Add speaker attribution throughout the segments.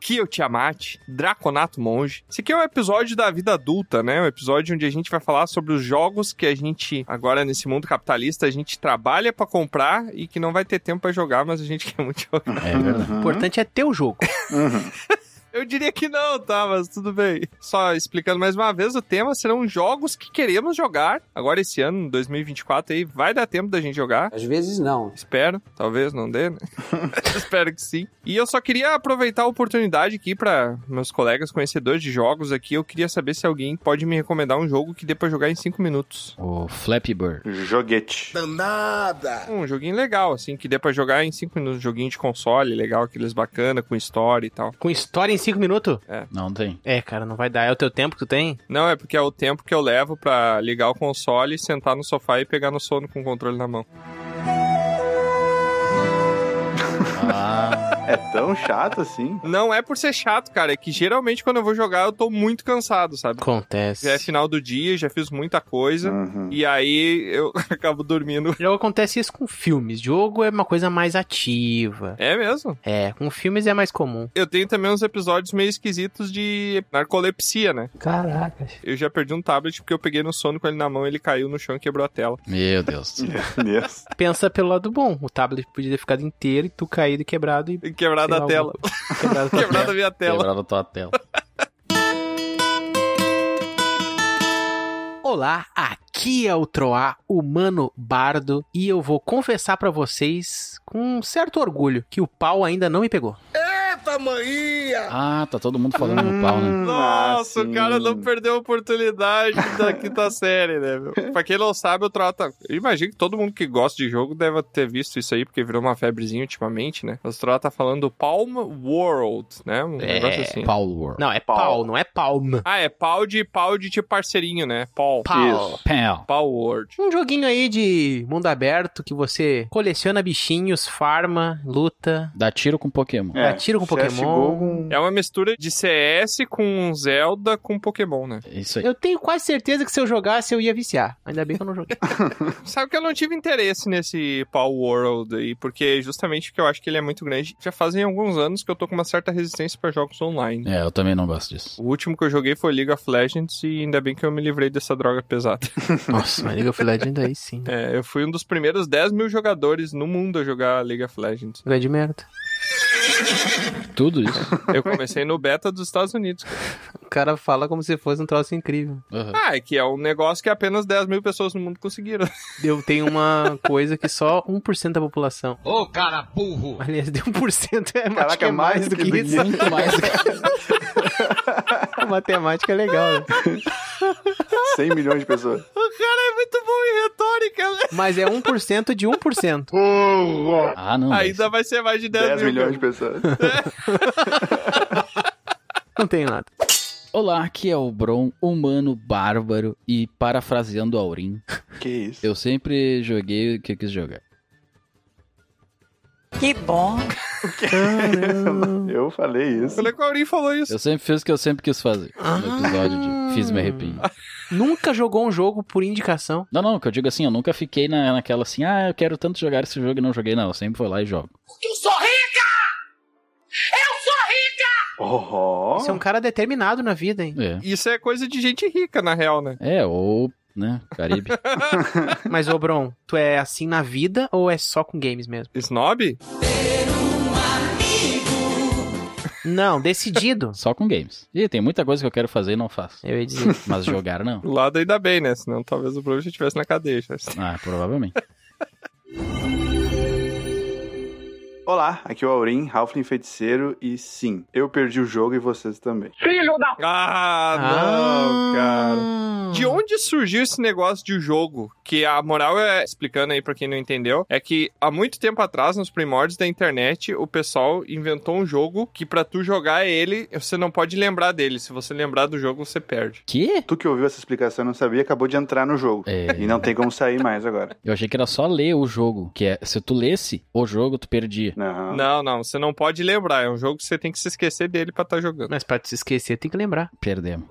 Speaker 1: Kyo é Tiamat, Draconato Monge. Esse aqui é um episódio da vida adulta, né? Um episódio onde a gente vai falar sobre os jogos que a gente, agora nesse mundo capitalista, a gente trabalha para comprar e que não vai ter tempo para jogar, mas a gente quer muito jogar.
Speaker 2: É verdade.
Speaker 3: O
Speaker 2: Uhum.
Speaker 3: importante é ter o jogo.
Speaker 2: Uhum.
Speaker 1: Eu diria que não, tá? Mas tudo bem. Só explicando mais uma vez, o tema serão jogos que queremos jogar. Agora esse ano, 2024 aí, vai dar tempo da gente jogar.
Speaker 4: Às vezes não.
Speaker 1: Espero, talvez não dê, né? Espero que sim. E eu só queria aproveitar a oportunidade aqui para meus colegas conhecedores de jogos aqui. Eu queria saber se alguém pode me recomendar um jogo que dê pra jogar em 5 minutos.
Speaker 3: O Flappy Bird.
Speaker 2: Joguete.
Speaker 1: Um joguinho legal, assim, que dê pra jogar em 5 minutos. Um joguinho de console, legal, aqueles bacana, com história e tal.
Speaker 3: Com história em 5 minutos?
Speaker 2: Não tem.
Speaker 3: É, cara, não vai dar. É o teu tempo que tu tem?
Speaker 1: Não, é porque é o tempo que eu levo pra ligar o console, sentar no sofá e pegar no sono com o controle na mão.
Speaker 3: Ah,
Speaker 2: É tão chato assim.
Speaker 1: Não é por ser chato, cara, é que geralmente quando eu vou jogar eu tô muito cansado, sabe?
Speaker 3: acontece.
Speaker 1: Já é final do dia, já fiz muita coisa.
Speaker 2: Uhum.
Speaker 1: E aí eu acabo dormindo.
Speaker 3: Jogo acontece isso com filmes. Jogo é uma coisa mais ativa.
Speaker 1: É mesmo?
Speaker 3: É, com filmes é mais comum.
Speaker 1: Eu tenho também uns episódios meio esquisitos de narcolepsia, né?
Speaker 4: Caracas.
Speaker 1: Eu já perdi um tablet porque eu peguei no sono com ele na mão, ele caiu no chão e quebrou a tela.
Speaker 3: Meu Deus.
Speaker 2: Meu Deus.
Speaker 3: Pensa pelo lado bom. O tablet podia ter ficado inteiro e tu caído e quebrado e
Speaker 1: E Quebrado
Speaker 3: Sei
Speaker 1: a
Speaker 3: lá,
Speaker 1: tela.
Speaker 3: quebrado.
Speaker 1: Quebrado a minha tela.
Speaker 3: Quebrado tua tela. Olá, aqui é o Troá, humano bardo, e eu vou confessar pra vocês com um certo orgulho que o pau ainda não me pegou.
Speaker 5: Ah, tá todo mundo falando no pau,
Speaker 3: Hum,
Speaker 5: né?
Speaker 1: Nossa,
Speaker 2: Ah,
Speaker 1: o
Speaker 2: sim.
Speaker 1: cara não perdeu a oportunidade da quinta série, né, meu? Pra quem não sabe, o Troá tá... Eu imagino que todo mundo que gosta de jogo deve ter visto isso aí, porque virou uma febrezinha ultimamente, né? Mas o Troá tá falando do Palm World, né? Um
Speaker 3: É,
Speaker 1: negócio assim.
Speaker 5: Paulo World.
Speaker 3: Não, é pau,
Speaker 2: Pau.
Speaker 3: não é palm.
Speaker 1: Ah, é pau de, pau de tipo parceirinho, né? Pau.
Speaker 3: Pau.
Speaker 2: Isso.
Speaker 5: Pau.
Speaker 1: Pau World.
Speaker 3: Um joguinho aí de mundo aberto que você coleciona bichinhos, farma, luta,
Speaker 5: Dá tiro É, com Pokémon.
Speaker 2: É,
Speaker 3: dá tiro com
Speaker 2: CSGO
Speaker 3: Pokémon.
Speaker 2: com-
Speaker 1: É uma mistura de CS com Zelda com Pokémon, né?
Speaker 5: Isso aí.
Speaker 3: Eu tenho quase certeza que se eu jogasse eu ia viciar. Ainda bem que eu não joguei.
Speaker 1: Sabe que eu não tive interesse nesse Pau World aí, porque justamente porque eu acho que ele é muito grande. Já fazem alguns anos que eu tô com uma certa resistência pra jogos online.
Speaker 5: É, eu também não gosto disso.
Speaker 1: O último que eu joguei foi League of Legends e ainda bem que eu me livrei dessa droga pesada.
Speaker 3: Nossa, mas League of Legends aí sim.
Speaker 1: É, eu fui um dos primeiros 10 mil jogadores no mundo a jogar League of Legends.
Speaker 3: Grande merda.
Speaker 5: Tudo isso.
Speaker 1: Eu comecei no beta dos Estados Unidos. cara.
Speaker 3: O cara fala como se fosse um troço incrível.
Speaker 5: Uhum.
Speaker 1: Ah, é que é um negócio que apenas 10 mil pessoas no mundo conseguiram.
Speaker 3: Eu tenho uma coisa que só 1% da população. Ô, cara burro! Aliás, de 1% é mais,
Speaker 2: Caraca,
Speaker 3: que é mais do que, isso.
Speaker 5: Muito mais do que...
Speaker 3: A matemática é legal, né?
Speaker 2: 100 milhões de pessoas.
Speaker 1: É muito bom em retórica, né?
Speaker 3: Mas é 1% de 1%.
Speaker 5: Ah, não. mas-
Speaker 1: Ainda vai ser mais de 10,
Speaker 2: 10
Speaker 1: mil.
Speaker 2: milhões de
Speaker 1: cara.
Speaker 2: pessoas.
Speaker 3: Não tem nada.
Speaker 5: Olá, aqui é o Bron, humano bárbaro e parafraseando Aurim.
Speaker 2: Que isso.
Speaker 5: Eu sempre joguei o que eu quis jogar.
Speaker 6: Que bom.
Speaker 2: Eu falei isso.
Speaker 1: Olha que o Aurim falou isso.
Speaker 5: Eu sempre fiz o que eu sempre quis fazer. No episódio
Speaker 3: Ah.
Speaker 5: de Fiz Me Arrependo.
Speaker 3: Nunca jogou um jogo por indicação.
Speaker 5: Não, não, que eu digo assim, eu nunca fiquei na, naquela assim, ah, eu quero tanto jogar esse jogo e não joguei, não. Eu sempre vou lá e jogo.
Speaker 2: Oh,
Speaker 3: Você é um cara determinado na vida, hein?
Speaker 5: É.
Speaker 1: Isso é coisa de gente rica, na real, né?
Speaker 5: É, ou, né, Caribe.
Speaker 3: Mas, ô, Bron, tu é assim na vida ou é só com games mesmo?
Speaker 1: Snob?
Speaker 3: Não, decidido.
Speaker 5: Só com games. E tem muita coisa que eu quero fazer e não faço.
Speaker 3: Eu ia dizer.
Speaker 5: Mas jogar, não.
Speaker 1: Do lado ainda bem, né? Senão talvez o Bruno já estivesse na cadeia. já.
Speaker 5: Ah, provavelmente.
Speaker 2: Olá, aqui é o Aurim, Halfling Feiticeiro, e sim, eu perdi o jogo e vocês também.
Speaker 1: Ah, não, cara.
Speaker 3: Ah.
Speaker 1: De onde surgiu esse negócio de jogo? Que a moral é, explicando aí pra quem não entendeu, é que há muito tempo atrás, nos primórdios da internet, o pessoal inventou um jogo que pra tu jogar ele, você não pode lembrar dele. Se você lembrar do jogo, você perde.
Speaker 5: Que?
Speaker 2: Tu que ouviu essa explicação e não sabia, acabou de entrar no jogo.
Speaker 5: É.
Speaker 2: E não tem como sair mais agora.
Speaker 5: Eu achei que era só ler o jogo. Que é, se tu lesse o jogo, tu perdia.
Speaker 2: Não.
Speaker 1: Não, não, você não pode lembrar. É um jogo que você tem que se esquecer dele pra estar jogando.
Speaker 3: Mas pra te esquecer, tem que lembrar.
Speaker 5: Perdemos.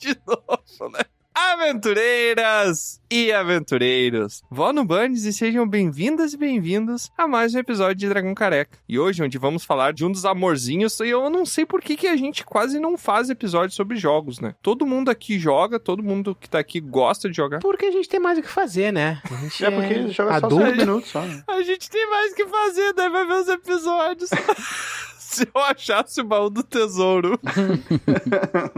Speaker 1: De novo, né? Aventureiras e aventureiros, vó no Bandes e sejam bem-vindas e bem-vindos a mais um episódio de Dragão Careca. E hoje, onde vamos falar de um dos amorzinhos, e eu não sei por que, que a gente quase não faz episódio sobre jogos, né? Todo mundo aqui joga, todo mundo que tá aqui gosta de jogar.
Speaker 3: Porque a gente tem mais o que fazer, né? A gente
Speaker 2: É porque ele joga só 10
Speaker 3: adulto.
Speaker 2: minutos só, né?
Speaker 1: A gente tem mais o que fazer, daí vai ver os episódios. Se eu achasse o baú do tesouro.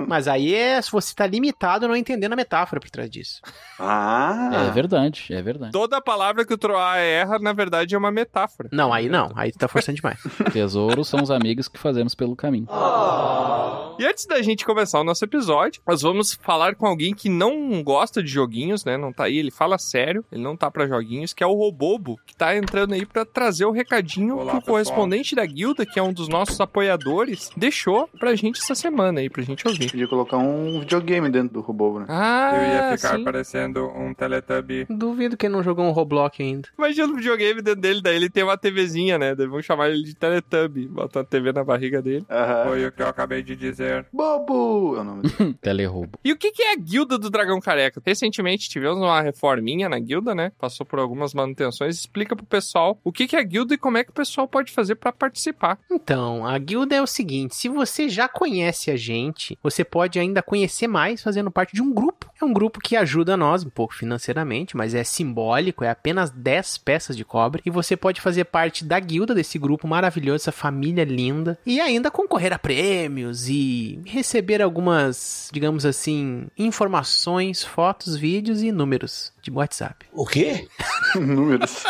Speaker 3: Mas aí é se você tá limitado não entendendo a metáfora por trás disso.
Speaker 5: É
Speaker 2: Ah,
Speaker 5: verdade, é verdade.
Speaker 1: Toda palavra que o Troá erra, na verdade, é uma metáfora.
Speaker 3: Não, aí não. Aí tu tá forçando demais.
Speaker 5: Tesouros são os amigos que fazemos pelo caminho.
Speaker 2: Ah.
Speaker 1: E antes da gente começar o nosso episódio, nós vamos falar com alguém que não gosta de joguinhos, né? Não tá aí, ele fala sério, ele não tá pra joguinhos, que é o Robobo, que tá entrando aí pra trazer o recadinho
Speaker 2: Olá,
Speaker 1: que o
Speaker 2: pessoal.
Speaker 1: correspondente da guilda, que é um dos nossos apoiadores, deixou pra gente essa semana aí, pra gente ouvir.
Speaker 2: podia colocar um videogame dentro do robô, né?
Speaker 1: Ah,
Speaker 4: Eu ia ficar
Speaker 1: sim.
Speaker 4: parecendo um Teletubby.
Speaker 3: Duvido que ele não jogou um Roblox ainda.
Speaker 1: Imagina o videogame dentro dele, daí ele tem uma TVzinha, né? Daí Vamos chamar ele de Teletubby, botar a TV na barriga dele.
Speaker 2: Aham.
Speaker 4: Foi o que eu acabei de dizer.
Speaker 2: Bobo! É o nome dele.
Speaker 5: Teleroubo.
Speaker 1: E o que que é a guilda do Dragão Careca? Recentemente tivemos uma reforminha na guilda, né? Passou por algumas manutenções. Explica pro pessoal o que que é a guilda e como é que o pessoal pode fazer pra participar.
Speaker 3: Então, a guilda é o seguinte: se você já conhece a gente, você pode ainda conhecer mais fazendo parte de um grupo. É um grupo que ajuda nós um pouco financeiramente, mas é simbólico, é apenas 10 peças de cobre. E você pode fazer parte da guilda desse grupo maravilhoso, essa família linda. E ainda concorrer a prêmios e receber algumas, digamos assim, informações, fotos, vídeos e números de WhatsApp.
Speaker 6: O quê?
Speaker 2: Números.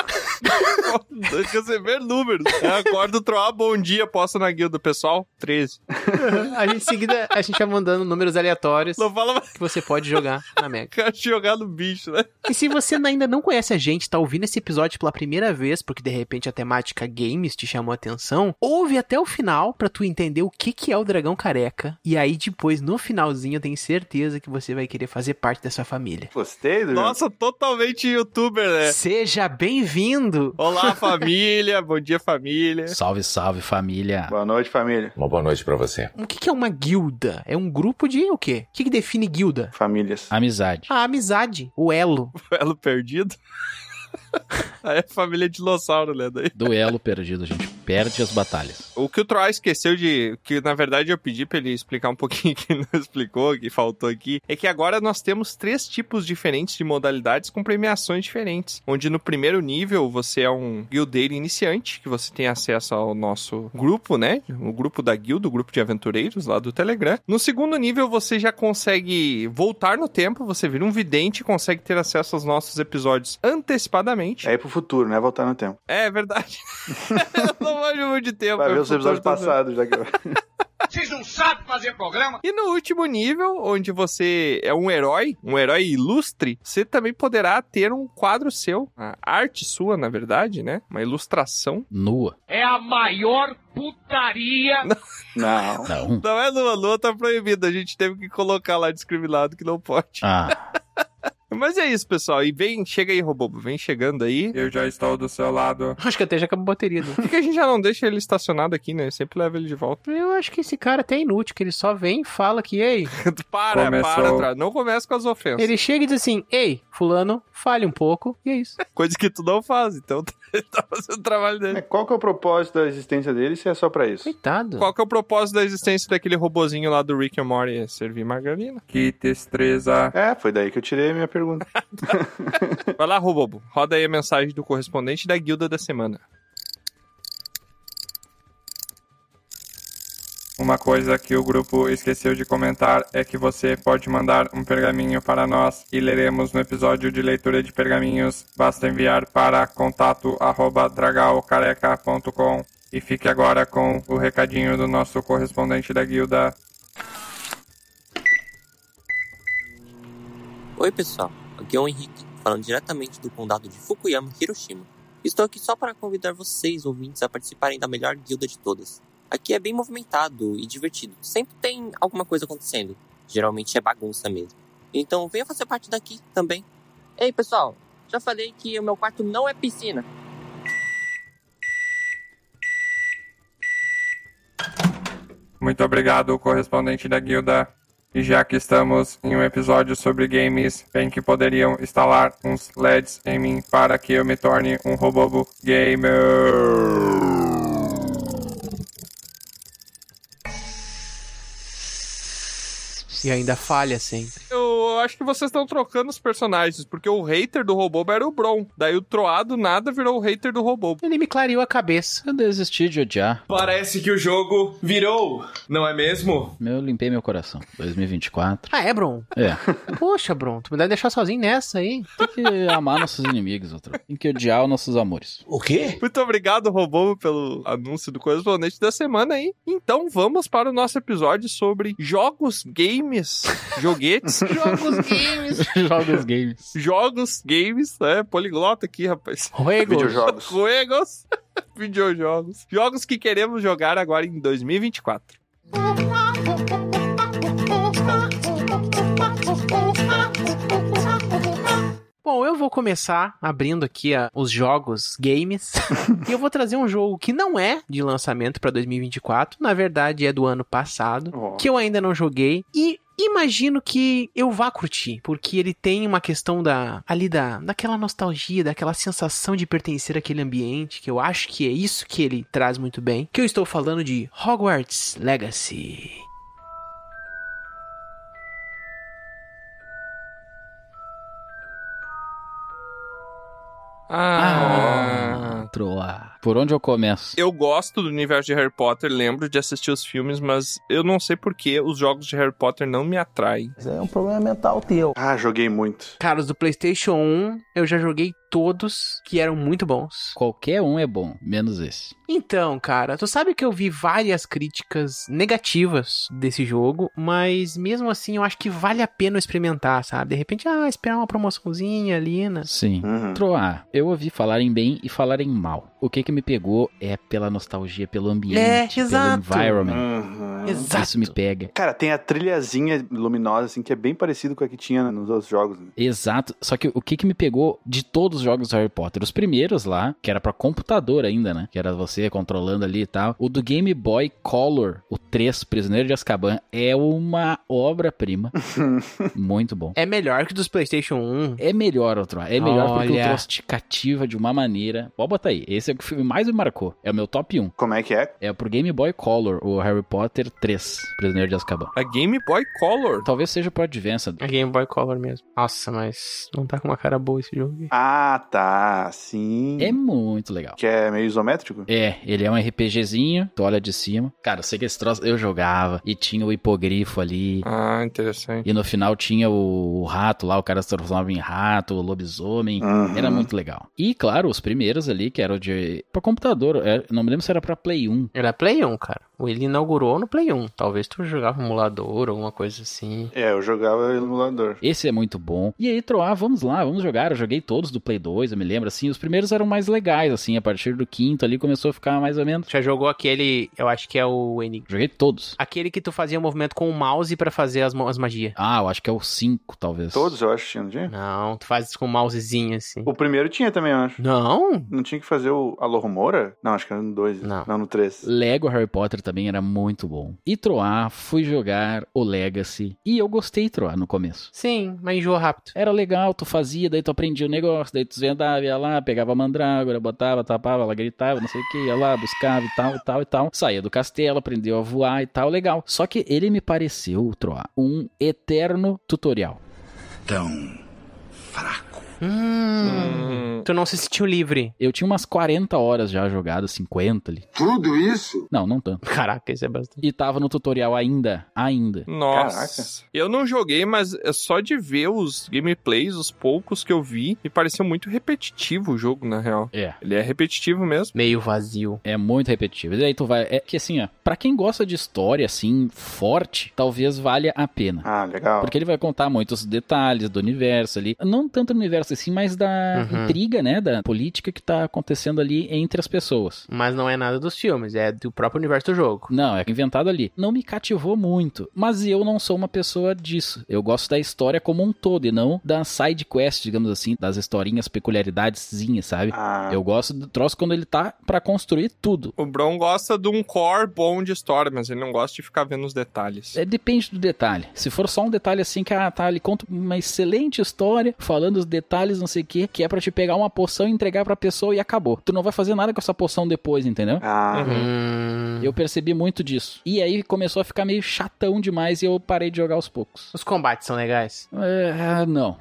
Speaker 1: Receber números. Eu acordo, troar bom dia, posta na guilda, pessoal. 13.
Speaker 3: a gente em seguida, a gente vai mandando números aleatórios
Speaker 1: Não fala mais
Speaker 3: que você pode jogar na Mega.
Speaker 1: que eu acho jogar no bicho, né?
Speaker 3: E se você ainda não conhece a gente, tá ouvindo esse episódio pela primeira vez, porque de repente a temática games te chamou a atenção, ouve até o final pra tu entender o que que é o dragão careca. E aí depois, no finalzinho, eu tenho certeza que você vai querer fazer parte dessa família.
Speaker 2: Gostei do
Speaker 1: Nossa, totalmente youtuber,
Speaker 3: É.
Speaker 1: né?
Speaker 3: Seja bem-vindo!
Speaker 1: Olá, família. bom dia, família.
Speaker 5: Salve, salve, família.
Speaker 2: É. Boa noite, família.
Speaker 6: Uma boa noite pra você.
Speaker 3: O que que é uma guilda? É um grupo de o quê? O que que define guilda?
Speaker 2: Famílias.
Speaker 5: Amizade.
Speaker 3: A amizade, o elo.
Speaker 1: Duelo perdido. Aí é família dinossauro, né? Daí.
Speaker 5: Duelo perdido, a gente perde as batalhas.
Speaker 1: O que o Troy esqueceu de. Que na verdade eu pedi pra ele explicar um pouquinho que ele não explicou, que faltou aqui. É que agora nós temos três tipos diferentes de modalidades com premiações diferentes. Onde no primeiro nível você é um guildeiro iniciante, que você tem acesso ao nosso grupo, né? O grupo da guilda, o grupo de aventureiros lá do Telegram. No segundo nível você já consegue voltar no tempo, você vira um vidente e consegue ter acesso aos nossos episódios antecipadamente.
Speaker 2: É ir pro futuro, né? Voltar no tempo.
Speaker 1: É, verdade. eu não manjo muito de tempo.
Speaker 2: Vai
Speaker 1: eu
Speaker 2: ver os
Speaker 1: fico
Speaker 2: episódios
Speaker 1: torcendo.
Speaker 2: passados, já que
Speaker 1: E no último nível, onde você é um herói, um herói ilustre, você também poderá ter um quadro seu, a arte sua, na verdade, né? Uma ilustração.
Speaker 5: Nua.
Speaker 2: Não.
Speaker 5: Não.
Speaker 1: Não é lua, lua tá proibida. A gente teve que colocar lá discriminado que não pode.
Speaker 5: Ah,
Speaker 1: Mas é isso, pessoal. E vem, chega aí, Robobo, vem chegando aí.
Speaker 4: Eu já estou do seu lado.
Speaker 3: Acho que até já acabou a bateria né? dele.
Speaker 1: Por que que a gente já não deixa ele estacionado aqui, né? Sempre leva ele de volta.
Speaker 3: Eu acho que esse cara até é inútil, que ele só vem e fala que, ei,
Speaker 1: Para,
Speaker 4: Começou.
Speaker 1: para, tra- não começa com as ofensas.
Speaker 3: Ele chega e diz assim: Ei, fulano, fale um pouco, e é isso.
Speaker 1: Coisa que tu não faz, então ele tá fazendo o trabalho dele.
Speaker 2: É, Qual que é o propósito da existência dele se é só pra isso?
Speaker 3: Coitado.
Speaker 1: Qual que é o propósito da existência daquele robozinho lá do Rick and Morty? É servir margarina.
Speaker 4: Que destreza.
Speaker 2: É, foi daí que eu tirei a minha pergunta.
Speaker 1: Vai lá, Robobo. Roda aí a mensagem do correspondente da guilda da semana.
Speaker 4: Uma coisa que o grupo esqueceu de comentar é que você pode mandar um pergaminho para nós e leremos no episódio de leitura de pergaminhos. Basta enviar para contato@dragalcareca.com e fique agora com o recadinho do nosso correspondente da guilda.
Speaker 7: Oi, pessoal. Aqui é o Henrique, falando diretamente do condado de Fukuyama, Hiroshima. Estou aqui só para convidar vocês, ouvintes, a participarem da melhor guilda de todas. Aqui é bem movimentado e divertido. Sempre tem alguma coisa acontecendo. Geralmente é bagunça mesmo. Então venha fazer parte daqui também. Ei, pessoal. Já falei que o meu quarto não é piscina.
Speaker 4: Muito obrigado, correspondente da guilda. E já que estamos em um episódio sobre games, bem que poderiam instalar uns LEDs em mim para que eu me torne um robobo gamer.
Speaker 3: E ainda falha sempre.
Speaker 1: Eu acho que vocês estão trocando os personagens, porque o hater do Robobo era o Bron. Daí o troado nada virou o hater do Robobo.
Speaker 3: Ele me clareou a cabeça.
Speaker 5: Eu desisti de odiar.
Speaker 6: Parece que o jogo virou, não é mesmo?
Speaker 5: Eu limpei meu coração. 2024.
Speaker 3: Ah, é, Bron?
Speaker 5: É.
Speaker 3: Poxa, Bron, tu me deve deixar sozinho nessa aí.
Speaker 5: Tem que amar nossos inimigos, outro. Tem que odiar os nossos amores.
Speaker 8: O quê?
Speaker 1: Muito obrigado, Robobo, pelo anúncio do correspondente da semana aí. Então vamos para o nosso episódio sobre jogos, games, joguetes, jogos, games,
Speaker 5: Jogos games.
Speaker 1: jogos, games, é poliglota aqui, rapaz.
Speaker 3: Ruego.
Speaker 2: Videojogos.
Speaker 1: Juegos, videojogos, jogos que queremos jogar agora em 2024.
Speaker 3: Bom, eu vou começar abrindo aqui a- os jogos games. e eu vou trazer um jogo que não é de lançamento pra 2024. Na verdade, é do ano passado.
Speaker 2: Ó.
Speaker 3: que eu ainda não joguei e imagino que eu vá curtir, porque ele tem uma questão da ali da daquela nostalgia, daquela sensação de pertencer àquele ambiente, que eu acho que é isso que ele traz muito bem. Que eu estou falando de Hogwarts Legacy.
Speaker 1: Ah.
Speaker 5: Ah, troar. Por onde eu começo?
Speaker 1: Eu gosto do universo de Harry Potter, lembro de assistir os filmes, mas eu não sei por que os jogos de Harry Potter não me atraem.
Speaker 8: É um problema mental teu.
Speaker 2: Ah, joguei muito.
Speaker 3: Cara, os do PlayStation 1, eu já joguei todos que eram muito bons.
Speaker 5: Qualquer um é bom, menos esse.
Speaker 3: Então, cara, tu sabe que eu vi várias críticas negativas desse jogo, mas mesmo assim eu acho que vale a pena eu experimentar, sabe? De repente, ah, esperar uma promoçãozinha ali, né?
Speaker 5: Sim.
Speaker 2: Uhum.
Speaker 5: Troar. Eu ouvi falarem bem e falarem mal. O que que me pegou é pela nostalgia, pelo ambiente,
Speaker 3: É,
Speaker 5: pelo
Speaker 3: exato.
Speaker 5: environment.
Speaker 2: Uhum.
Speaker 3: Exato.
Speaker 5: Isso me pega.
Speaker 2: Cara, tem a trilhazinha luminosa, assim, que é bem parecido com a que tinha nos outros jogos. né?
Speaker 5: Exato. Só que o que que me pegou de todos os jogos do Harry Potter? Os primeiros lá, que era pra computador ainda, né? Que era você controlando ali e tal. O do Game Boy Color, o 3, Prisioneiro de Azkaban, é uma obra-prima. Muito bom.
Speaker 3: É melhor que dos PlayStation 1.
Speaker 5: É melhor outro. É melhor porque o
Speaker 3: Olha.
Speaker 5: troço te cativa de uma maneira. Pode botar aí. Esse é o que o filme mais me marcou. É o meu top 1.
Speaker 2: Como é que é?
Speaker 5: É pro Game Boy Color, o Harry Potter 3, Prisioneiro de Azkaban.
Speaker 1: A Game Boy Color.
Speaker 5: Talvez seja pro Advance.
Speaker 3: É Game Boy Color mesmo. Nossa, mas não tá com uma cara boa esse jogo.
Speaker 2: Ah, tá. Sim.
Speaker 5: É muito legal.
Speaker 2: Que é meio isométrico?
Speaker 5: É, ele é um RPGzinho, tu olha de cima. Cara, eu sei que esse troço eu jogava e tinha o hipogrifo ali.
Speaker 1: Ah, interessante.
Speaker 5: E no final tinha o, o rato lá, o cara se transformava em rato, o lobisomem.
Speaker 2: Uhum.
Speaker 5: Era muito legal. E claro, os primeiros ali, que eram de. pra computador, é, não me lembro se era pra Play 1.
Speaker 3: Era Play 1, cara. Ele inaugurou no Play 1. Talvez tu jogava emulador, alguma coisa assim.
Speaker 2: É, eu jogava emulador.
Speaker 5: Esse é muito bom. E aí, Troar, vamos lá, vamos jogar. Eu joguei todos do Play 2, eu me lembro, assim. Os primeiros eram mais legais, assim. A partir do quinto ali começou a ficar mais ou menos.
Speaker 3: Já jogou aquele, eu acho que é o Enigma.
Speaker 5: Joguei todos.
Speaker 3: Aquele que tu fazia o movimento com o mouse pra fazer as, ma- as magias.
Speaker 5: Ah, eu acho que é o 5, talvez.
Speaker 2: Todos, eu acho, tinha, não tinha?
Speaker 3: Não, tu fazes com o mousezinho assim.
Speaker 2: O primeiro tinha também, eu acho.
Speaker 3: Não?
Speaker 2: Não tinha que fazer o Alô Rumora? Não, acho que era no 2.
Speaker 3: Não.
Speaker 2: no 3.
Speaker 5: Lego Harry Potter também era muito bom. E Troar, fui jogar o Legacy. E eu gostei, Troar, no começo.
Speaker 3: Sim, mas enjoou rápido.
Speaker 5: Era legal, tu fazia, daí tu aprendia o negócio, daí tu desvendava, ia lá, pegava a mandrágora, botava, tapava, ela gritava, não sei o que, ia lá, buscava e tal, e tal, e tal. Saía do castelo, aprendeu a voar e tal, legal. Só que ele me pareceu, Troar, um eterno tutorial.
Speaker 3: Hum.
Speaker 1: Hum,
Speaker 3: Tu não se sentiu livre.
Speaker 5: Eu tinha umas 40 horas já jogadas, 50 ali. Tudo isso? Não, não tanto.
Speaker 3: Caraca, isso é bastante.
Speaker 5: E tava no tutorial ainda, ainda.
Speaker 1: nossa. Eu não joguei, mas é só de ver os gameplays, os poucos que eu vi, me pareceu muito repetitivo o jogo, na real.
Speaker 5: É.
Speaker 1: Ele é repetitivo mesmo.
Speaker 3: Meio vazio.
Speaker 5: É muito repetitivo. E daí tu vai. É que assim, ó, pra quem gosta de história, assim, forte, talvez valha a pena.
Speaker 2: Ah, legal.
Speaker 5: Porque ele vai contar muitos detalhes do universo ali. Não tanto do universo assim, mas da
Speaker 3: Uhum.
Speaker 5: intriga briga, né, da política que tá acontecendo ali entre as pessoas.
Speaker 3: Mas não é nada dos filmes, é do próprio universo do jogo.
Speaker 5: Não, é inventado ali. Não me cativou muito, mas eu não sou uma pessoa disso. Eu gosto da história como um todo e não da side quest, digamos assim, das historinhas, peculiaridadezinhas, sabe?
Speaker 2: Ah,
Speaker 5: Eu gosto do troço quando ele tá pra construir tudo.
Speaker 1: O Bron gosta de um core bom de história, mas ele não gosta de ficar vendo os detalhes.
Speaker 5: É, depende do detalhe. Se for só um detalhe assim que, ah, tá, ele conta uma excelente história, falando os detalhes, não sei o que, que é pra te pegar uma poção e entregar pra pessoa e acabou. Tu não vai fazer nada com essa poção depois, entendeu?
Speaker 2: ah,
Speaker 1: Uhum.
Speaker 3: Hum,
Speaker 5: Eu percebi muito disso. E aí começou a ficar meio chatão demais e eu parei de jogar aos poucos.
Speaker 3: Os combates são legais.
Speaker 5: É, não.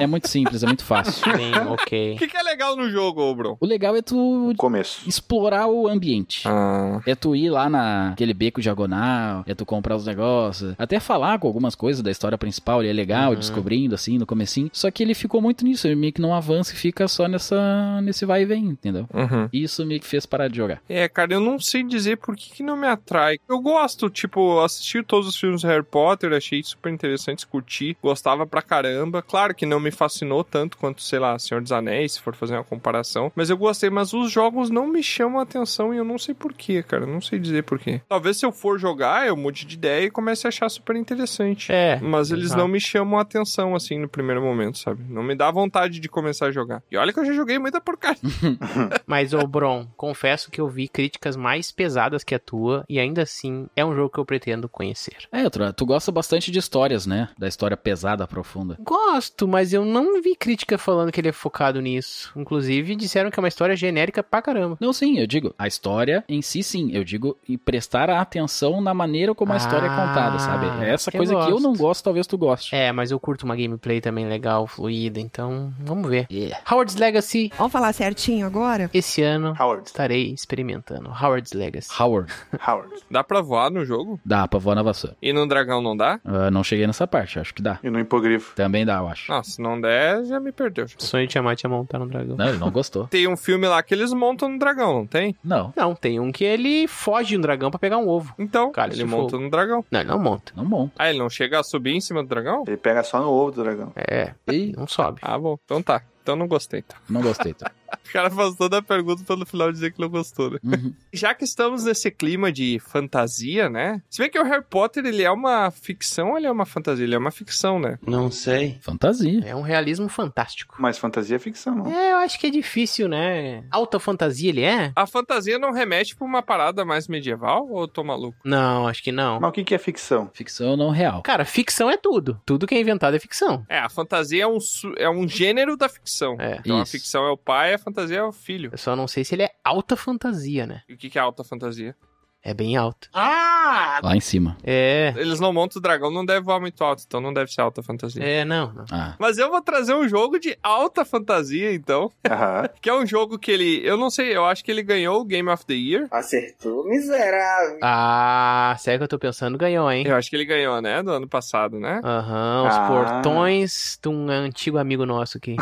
Speaker 5: É muito simples, é muito fácil.
Speaker 3: Sim,
Speaker 1: O
Speaker 3: ok.
Speaker 1: que, que é legal no jogo, ô, Bron?
Speaker 5: O legal é tu
Speaker 2: começo.
Speaker 5: explorar o ambiente.
Speaker 1: Ah,
Speaker 5: É tu ir lá naquele beco diagonal, é tu comprar os negócios, até falar com algumas coisas da história principal, ele é legal,
Speaker 3: Uhum.
Speaker 5: descobrindo assim no comecinho. Só que ele ficou muito nisso, ele meio que não avança e fica só nessa nesse vai e vem, entendeu?
Speaker 1: uhum.
Speaker 5: Isso me fez parar de jogar.
Speaker 1: É, cara, eu não sei dizer por que, que não me atrai. Eu gosto, tipo, assisti todos os filmes do Harry Potter, achei super interessante, curti, gostava pra caramba. Claro que não me fascinou tanto quanto, sei lá, Senhor dos Anéis, se for fazer uma comparação, mas eu gostei, mas os jogos não me chamam a atenção e eu não sei por quê, cara, eu não sei dizer por quê. Talvez se eu for jogar, eu mude de ideia e comece a achar super interessante.
Speaker 3: É.
Speaker 1: Mas eles
Speaker 3: exato.
Speaker 1: não me chamam a atenção, assim, no primeiro momento, sabe? Não me dá vontade de começar a jogar. E olha que eu já joguei muita porcaria.
Speaker 3: Mas, ô Bron, confesso que eu vi críticas mais pesadas que a tua, e ainda assim é um jogo que eu pretendo conhecer.
Speaker 5: É, tu, tu gosta bastante de histórias, né? Da história pesada, profunda.
Speaker 3: Gosto, mas eu não vi crítica falando que ele é focado nisso. Inclusive, disseram que é uma história genérica pra caramba.
Speaker 5: Não, sim, eu digo, a história em si, sim. Eu digo e prestar atenção na maneira como a história é contada,
Speaker 3: Ah,
Speaker 5: sabe? É essa
Speaker 3: que eu
Speaker 5: coisa que eu não
Speaker 3: gosto.
Speaker 5: gosto, talvez tu goste.
Speaker 3: É, mas eu curto uma gameplay também legal, fluida, então vamos ver. Howard's Legacy,
Speaker 8: Vamos falar certinho agora?
Speaker 3: esse ano
Speaker 2: Howard.
Speaker 3: estarei experimentando. Howard's Legacy.
Speaker 5: Howard,
Speaker 2: Howard.
Speaker 1: Dá pra voar no jogo?
Speaker 5: dá pra voar na vassoura.
Speaker 1: E no dragão não dá?
Speaker 5: Ah, não cheguei nessa parte, acho que dá.
Speaker 2: E no hipogrifo.
Speaker 5: Também dá, eu acho.
Speaker 1: Ah, se não der, já me perdeu.
Speaker 3: Sonho de Tiamat é montar um dragão.
Speaker 5: Não, ele não gostou.
Speaker 1: Tem um filme lá que eles montam no dragão, não tem?
Speaker 5: Não,
Speaker 3: Não, tem um que ele foge de um dragão pra pegar um ovo.
Speaker 1: Então,
Speaker 3: Cálice
Speaker 1: ele
Speaker 3: de
Speaker 1: monta
Speaker 3: Fogo.
Speaker 1: no dragão.
Speaker 3: Não, ele não monta.
Speaker 5: não monta.
Speaker 1: Ah, ele não chega a subir em cima do dragão?
Speaker 2: Ele pega só no ovo do dragão.
Speaker 3: É,
Speaker 5: Ih,
Speaker 3: não sobe.
Speaker 1: Ah, bom. Então tá. Então não gostei. Então.
Speaker 5: não gostei. Tá?
Speaker 1: O cara faz toda a pergunta pelo final dizer que não gostou, né?
Speaker 5: Uhum.
Speaker 1: Já que estamos nesse clima de fantasia, né? Se bem que o Harry Potter, ele é uma ficção ou ele é uma fantasia? Ele é uma ficção, né?
Speaker 6: Não sei.
Speaker 5: Fantasia.
Speaker 3: É um realismo fantástico.
Speaker 2: Mas fantasia é ficção, não.
Speaker 3: É, eu acho que é difícil, né? Alta fantasia ele é?
Speaker 1: A fantasia não remete pra uma parada mais medieval ou eu tô maluco?
Speaker 3: Não, acho que não.
Speaker 2: Mas o que que é ficção?
Speaker 5: Ficção não real.
Speaker 3: Cara, ficção é tudo. Tudo que é inventado é ficção.
Speaker 1: É, a fantasia é um, su- é um gênero da ficção.
Speaker 3: É.
Speaker 1: Então a
Speaker 5: Isso.
Speaker 1: ficção é o pai, a fantasia é o filho.
Speaker 3: Eu só não sei se ele é alta fantasia, né?
Speaker 1: E o que que é alta fantasia?
Speaker 3: É bem alto.
Speaker 5: Lá em cima.
Speaker 3: É.
Speaker 1: Eles não montam o dragão, não deve voar muito alto, então não deve ser alta fantasia.
Speaker 3: É, não, não.
Speaker 5: Ah,
Speaker 1: Mas eu vou trazer um jogo de alta fantasia, então.
Speaker 2: Aham.
Speaker 1: Que é um jogo que ele. Eu não sei, eu acho que ele ganhou o Game of the Year.
Speaker 9: Acertou, miserável.
Speaker 3: Ah, sério que eu tô pensando, ganhou, hein?
Speaker 1: Eu acho que ele ganhou, né? Do ano passado, né?
Speaker 3: Aham, os
Speaker 2: Ah.
Speaker 3: portões de um antigo amigo nosso aqui.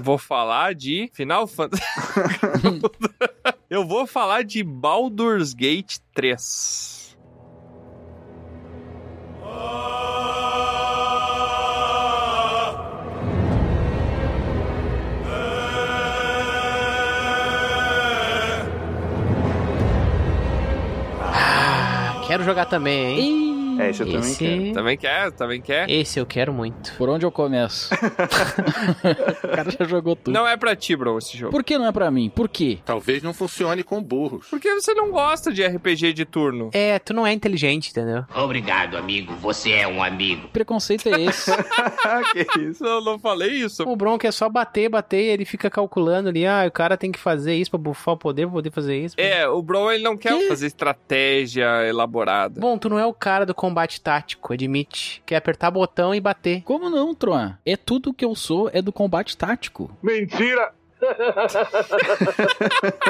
Speaker 1: Vou falar de Final Fantasy. eu vou falar de Baldur's Gate 3.
Speaker 3: Quero jogar também, hein?
Speaker 2: É, esse eu também quero.
Speaker 3: esse...
Speaker 1: Também quer? Também quer?
Speaker 3: esse eu quero muito.
Speaker 5: por onde eu começo? o cara já jogou tudo.
Speaker 1: Não é pra ti, bro, esse jogo.
Speaker 5: Por que não é pra mim? Por quê?
Speaker 9: Talvez não funcione com burros.
Speaker 1: Porque você não gosta de RPG de turno.
Speaker 3: É, tu não é inteligente, entendeu?
Speaker 10: Obrigado, amigo. Você é um amigo.
Speaker 5: Que preconceito é esse?
Speaker 2: Ah, que isso.
Speaker 1: Eu não falei isso.
Speaker 3: O Bronco é só bater, bater, ele fica calculando ali, ah, o cara tem que fazer isso pra bufar o poder, pra poder fazer isso.
Speaker 1: É, o Bro ele não quer fazer estratégia elaborada.
Speaker 3: Bom, tu não é o cara do combate tático, admite. Quer apertar botão e bater.
Speaker 5: Como não, Troa? É tudo que eu sou, é do combate tático.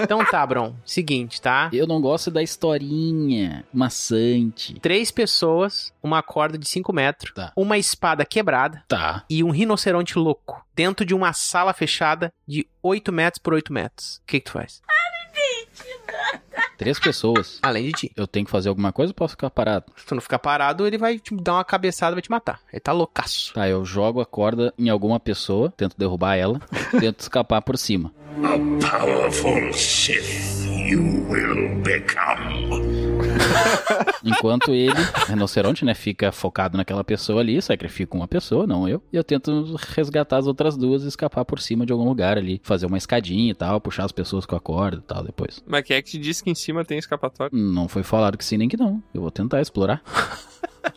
Speaker 3: Então tá, Bron. Seguinte, tá?
Speaker 5: Eu não gosto da historinha maçante.
Speaker 3: Três pessoas, uma corda de 5 metros,
Speaker 5: Tá.
Speaker 3: uma espada quebrada
Speaker 5: Tá.
Speaker 3: e um rinoceronte louco dentro de uma sala fechada de 8 metros por 8 metros. O que, que tu faz?
Speaker 5: Três pessoas.
Speaker 3: Além de ti.
Speaker 5: Eu tenho que fazer alguma coisa ou posso ficar parado?
Speaker 3: Se tu não ficar parado, ele vai te dar uma cabeçada e vai te matar. Ele tá loucaço.
Speaker 5: Tá, eu jogo a corda em alguma pessoa, tento derrubar ela, tento escapar por cima.
Speaker 10: A powerful Sith you will become.
Speaker 5: Enquanto ele, rinoceronte, né, fica focado naquela pessoa ali, sacrifica uma pessoa, não eu, e eu tento resgatar as outras duas e escapar por cima de algum lugar ali, fazer uma escadinha e tal, puxar as pessoas com a corda e tal depois.
Speaker 1: Mas quem é que te disse que em cima tem escapatório?
Speaker 5: Não foi falado que sim nem que não. Eu vou tentar explorar.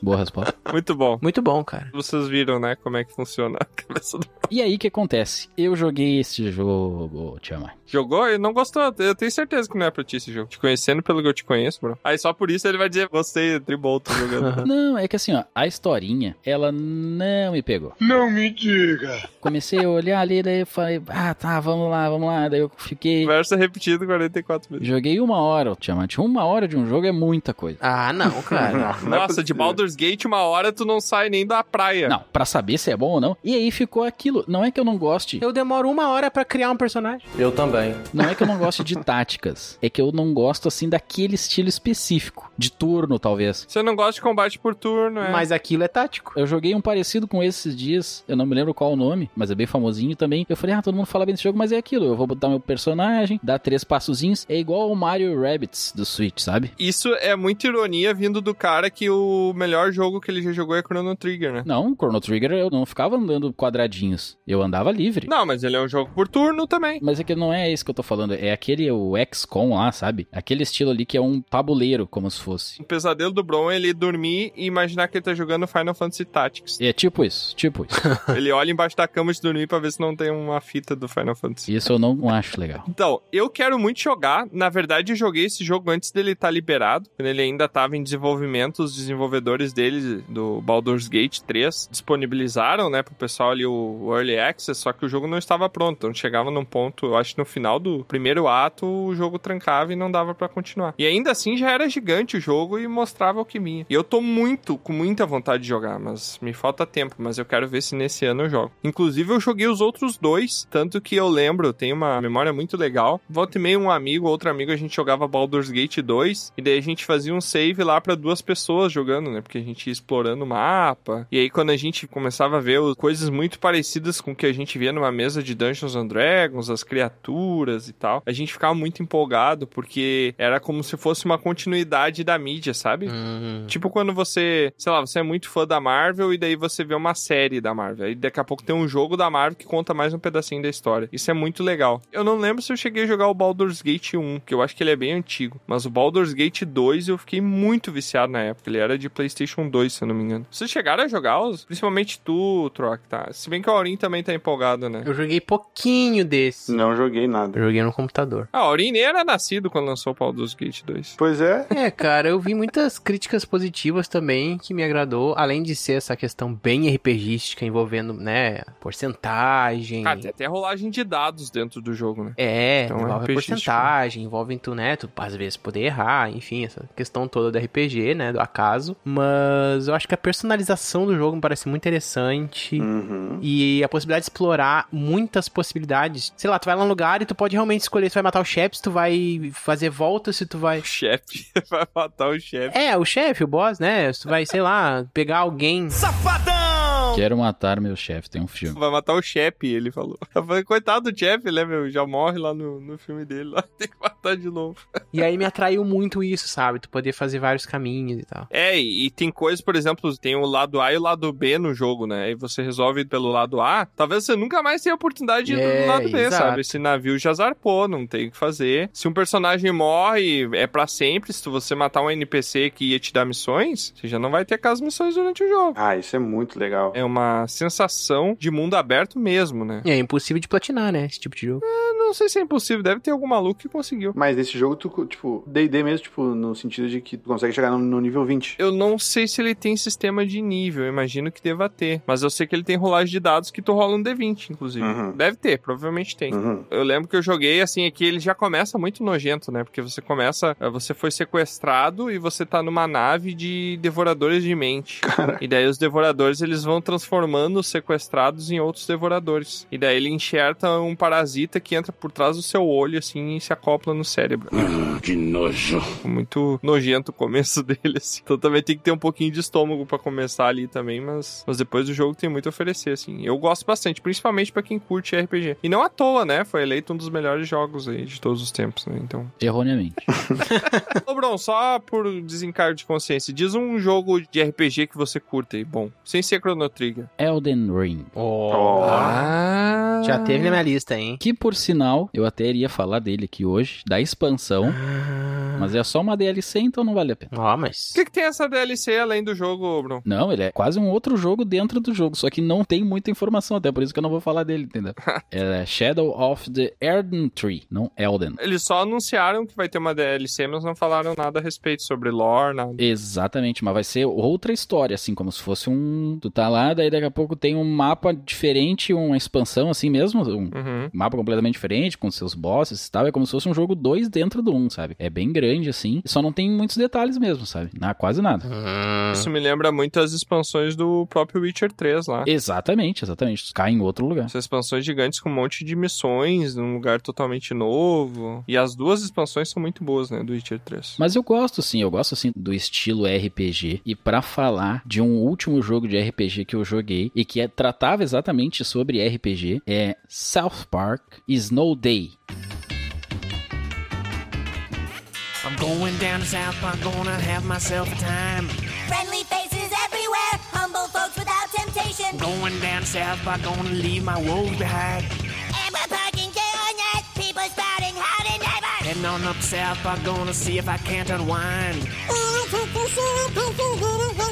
Speaker 5: Boa resposta.
Speaker 1: Muito bom.
Speaker 3: Muito bom, cara.
Speaker 1: Vocês viram, né, como é que funciona a cabeça do...
Speaker 5: E aí o que acontece? Eu joguei esse jogo, Tiamai.
Speaker 1: Jogou e não gostou. Eu tenho certeza que não é pra ti esse jogo. Te conhecendo pelo que eu te conheço, bro. Aí só por isso ele vai dizer, gostei, tribol, tô jogando.
Speaker 5: Não, é que assim, ó, a historinha, ela não me pegou.
Speaker 9: Não me diga.
Speaker 5: Comecei a olhar ali, daí eu falei, ah, tá, vamos lá, vamos lá. Daí eu fiquei.
Speaker 1: Conversa repetida 44 vezes.
Speaker 5: Joguei uma hora, Tiamante. Uma hora de um jogo é muita coisa.
Speaker 3: Ah, não, cara.
Speaker 2: Não é
Speaker 1: Nossa, de
Speaker 2: possível.
Speaker 1: Baldur's Gate, uma hora tu não sai nem da praia.
Speaker 5: Não, pra saber se é bom ou não. E aí ficou aquilo. Não é que eu não goste.
Speaker 3: Eu demoro uma hora pra criar um personagem.
Speaker 6: Eu também.
Speaker 5: Não é que eu não goste de táticas. É que eu não gosto, assim, daquele estilo específico. De turno, talvez.
Speaker 1: Você não gosta de combate por turno, é?
Speaker 3: Mas aquilo é tático.
Speaker 5: Eu joguei um parecido com esse esses dias. Eu não me lembro qual o nome, mas é bem famosinho também. Eu falei, ah, todo mundo fala bem desse jogo, mas é aquilo. Eu vou botar meu personagem, dar três passozinhos. É igual o Mario Rabbits do Switch, sabe?
Speaker 1: Isso é muita ironia vindo do cara que o melhor jogo que ele já jogou é Chrono Trigger, né?
Speaker 5: Não, Chrono Trigger eu não ficava andando quadradinhos. Eu andava livre.
Speaker 1: Não, mas ele é um jogo por turno também.
Speaker 5: Mas é que não é isso que eu tô falando. É aquele o XCOM lá, sabe? Aquele estilo ali que é um tabuleiro, como se fosse.
Speaker 1: O Um pesadelo do Bron é ele dormir e imaginar que ele tá jogando Final Fantasy Tactics.
Speaker 5: É tipo isso, tipo isso.
Speaker 1: ele olha embaixo da cama de dormir pra ver se não tem uma fita do Final Fantasy.
Speaker 5: Isso eu não acho legal.
Speaker 1: Então, eu quero muito jogar. Na verdade, eu joguei esse jogo antes dele estar liberado. Quando ele ainda estava em desenvolvimento, os desenvolvedores dele, do Baldur's Gate 3, disponibilizaram, né, pro pessoal ali o Early Access, só que o jogo não estava pronto. Então, chegava num ponto, eu acho que no final do primeiro ato, o jogo trancava e não dava pra continuar. E ainda assim, já era gigante o jogo e mostrava alquimia. E eu tô muito, com muita vontade de jogar, mas me falta tempo. Mas eu quero ver se nesse ano eu jogo. Inclusive, eu joguei os outros dois, tanto que eu lembro, tem uma memória muito legal. Volta e meia, um amigo, outro amigo, a gente jogava Baldur's Gate 2, e daí a gente fazia um save lá pra duas pessoas jogando, né? Porque a gente ia explorando o mapa. E aí, quando a gente começava a ver o- coisas muito parecidas com o que a gente via numa mesa de Dungeons and Dragons, as criaturas e tal, a gente ficava muito empolgado, porque era como se fosse uma continuidade da mídia, sabe?
Speaker 3: Hum.
Speaker 1: Tipo quando você, sei lá, você é muito fã da Marvel e daí você vê uma série da Marvel. Aí daqui a pouco tem um jogo da Marvel que conta mais um pedacinho da história. Isso é muito legal. Eu não lembro se eu cheguei a jogar o Baldur's Gate 1, que eu acho que ele é bem antigo. Mas o Baldur's Gate 2 eu fiquei muito viciado na época. Ele era de PlayStation 2, se eu não me engano. Vocês chegaram a jogar os? Principalmente tu, Troc, tá? Se bem que o Aurim também tá empolgado, né?
Speaker 3: Eu joguei pouquinho desse.
Speaker 2: Não joguei nada.
Speaker 3: Eu joguei no computador.
Speaker 1: Ah, o Aurim nem era nascido quando lançou o Baldur's Gate 2.
Speaker 2: Pois é.
Speaker 3: É, cara, eu vi muitas críticas positivas também que me agradou, além de ser essa questão bem RPGística envolvendo, né, porcentagem.
Speaker 1: Cara, Ah, tem até rolagem de dados dentro do jogo, né?
Speaker 3: É,
Speaker 1: Então,
Speaker 3: envolve a
Speaker 1: RPGística.
Speaker 3: porcentagem, envolve tu, né, tu às vezes poder errar, enfim, essa questão toda do RPG, né, do acaso. Mas eu acho que a personalização do jogo me parece muito interessante.
Speaker 2: Uhum.
Speaker 3: E a possibilidade de explorar muitas possibilidades. Sei lá, tu vai lá num lugar e tu pode realmente escolher se tu vai matar o chefe, se tu vai fazer volta, se tu vai.
Speaker 1: O chefe vai matar o chefe.
Speaker 3: É, o chefe, o boss, né? Se tu vai, sei lá, pegar alguém.
Speaker 5: Quero matar meu chefe, tem um filme.
Speaker 1: Vai matar o Shep, ele falou. Eu falei, coitado do Shep, né, meu? Já morre lá no, no filme dele, lá tem que matar de novo.
Speaker 3: E aí me atraiu muito isso, sabe? Tu poder fazer vários caminhos e tal.
Speaker 1: É, e, e tem coisas, por exemplo, tem o lado A e o lado B no jogo, né? E você resolve pelo lado A, talvez você nunca mais tenha a oportunidade de ir
Speaker 3: É,
Speaker 1: do lado B,
Speaker 3: exato.
Speaker 1: sabe? Esse navio já zarpou, não tem o que fazer. Se um personagem morre, é pra sempre. Se você matar um NPC que ia te dar missões, você já não vai ter aquelas missões durante o jogo.
Speaker 2: Ah, isso é muito legal.
Speaker 1: É uma sensação de mundo aberto mesmo, né?
Speaker 3: E é impossível de platinar, né? Esse tipo de jogo.
Speaker 1: Eu não sei se é impossível, deve ter algum maluco que conseguiu.
Speaker 2: Mas nesse jogo, tu, tipo, D&D mesmo, tipo, no sentido de que tu consegue chegar no, no nível 20.
Speaker 1: Eu não sei se ele tem sistema de nível, eu imagino que deva ter. Mas eu sei que ele tem rolagem de dados que tu rola um D20, inclusive.
Speaker 2: Uhum.
Speaker 1: Deve ter, provavelmente tem.
Speaker 2: Uhum.
Speaker 1: Eu lembro que eu joguei, assim, aqui ele já começa muito nojento, né? Porque você começa, eh, você foi sequestrado e você tá numa nave de devoradores de mente. E daí os devoradores, eles vão transformando os sequestrados em outros devoradores. E daí ele enxerta um parasita que entra por trás do seu olho, assim, e se acopla no cérebro.
Speaker 10: Ah, que nojo.
Speaker 1: Muito nojento o começo dele, assim. Então também tem que ter um pouquinho de estômago pra começar ali também, mas, mas depois do jogo tem muito a oferecer, assim. Eu gosto bastante, principalmente pra quem curte RPG. E não à toa, né? Foi eleito um dos melhores jogos aí de todos os tempos, né? Então.
Speaker 5: Erroneamente.
Speaker 1: Ô, Bruno, só por desencargo de consciência, diz um jogo de RPG que você curta aí, bom. Sem ser Chrono Trigger.
Speaker 5: Elden Ring.
Speaker 1: Ah!
Speaker 3: Já teve na minha lista, hein?
Speaker 5: Que, por sinal, eu até iria falar dele aqui hoje, da expansão. Mas é só uma DLC, então não vale a pena.
Speaker 3: Ó, mas.
Speaker 1: O que, que tem essa DLC além do jogo, Bruno?
Speaker 5: Não, ele é quase um outro jogo dentro do jogo, só que não tem muita informação, até por isso que eu não vou falar dele, entendeu? é Shadow of the Erden Tree, não Elden.
Speaker 1: Eles só anunciaram que vai ter uma DLC, mas não falaram nada a respeito sobre lore, nada.
Speaker 5: Exatamente, mas vai ser outra história, assim, como se fosse um. Tu tá lá, daí daqui a pouco tem um mapa diferente, uma expansão assim mesmo, um
Speaker 1: Uhum.
Speaker 5: mapa completamente diferente, com seus bosses e tal. É como se fosse um jogo 2 dentro do 1, um, sabe? É bem grande, assim, só não tem muitos detalhes mesmo, sabe? Na, quase nada.
Speaker 3: Hum.
Speaker 1: Isso me lembra muito as expansões do próprio Witcher 3 lá.
Speaker 5: Exatamente, exatamente. Tu cai em outro lugar.
Speaker 1: Essas expansões gigantes com um monte de missões, num lugar totalmente novo. E as duas expansões são muito boas, né? Do Witcher 3.
Speaker 5: Mas eu gosto sim, eu gosto sim do estilo RPG. E pra falar de um último jogo de RPG que eu joguei e que é, tratava exatamente sobre RPG, é South Park Snow Day.
Speaker 8: I'm going down to South Park, gonna have myself a time.
Speaker 11: Friendly faces everywhere, humble folks without temptation.
Speaker 8: Going down to South Park, gonna leave my woes behind.
Speaker 11: And we're parking chaos, people spouting howdy neighbor.
Speaker 8: Heading on up South Park, gonna see if I can't unwind.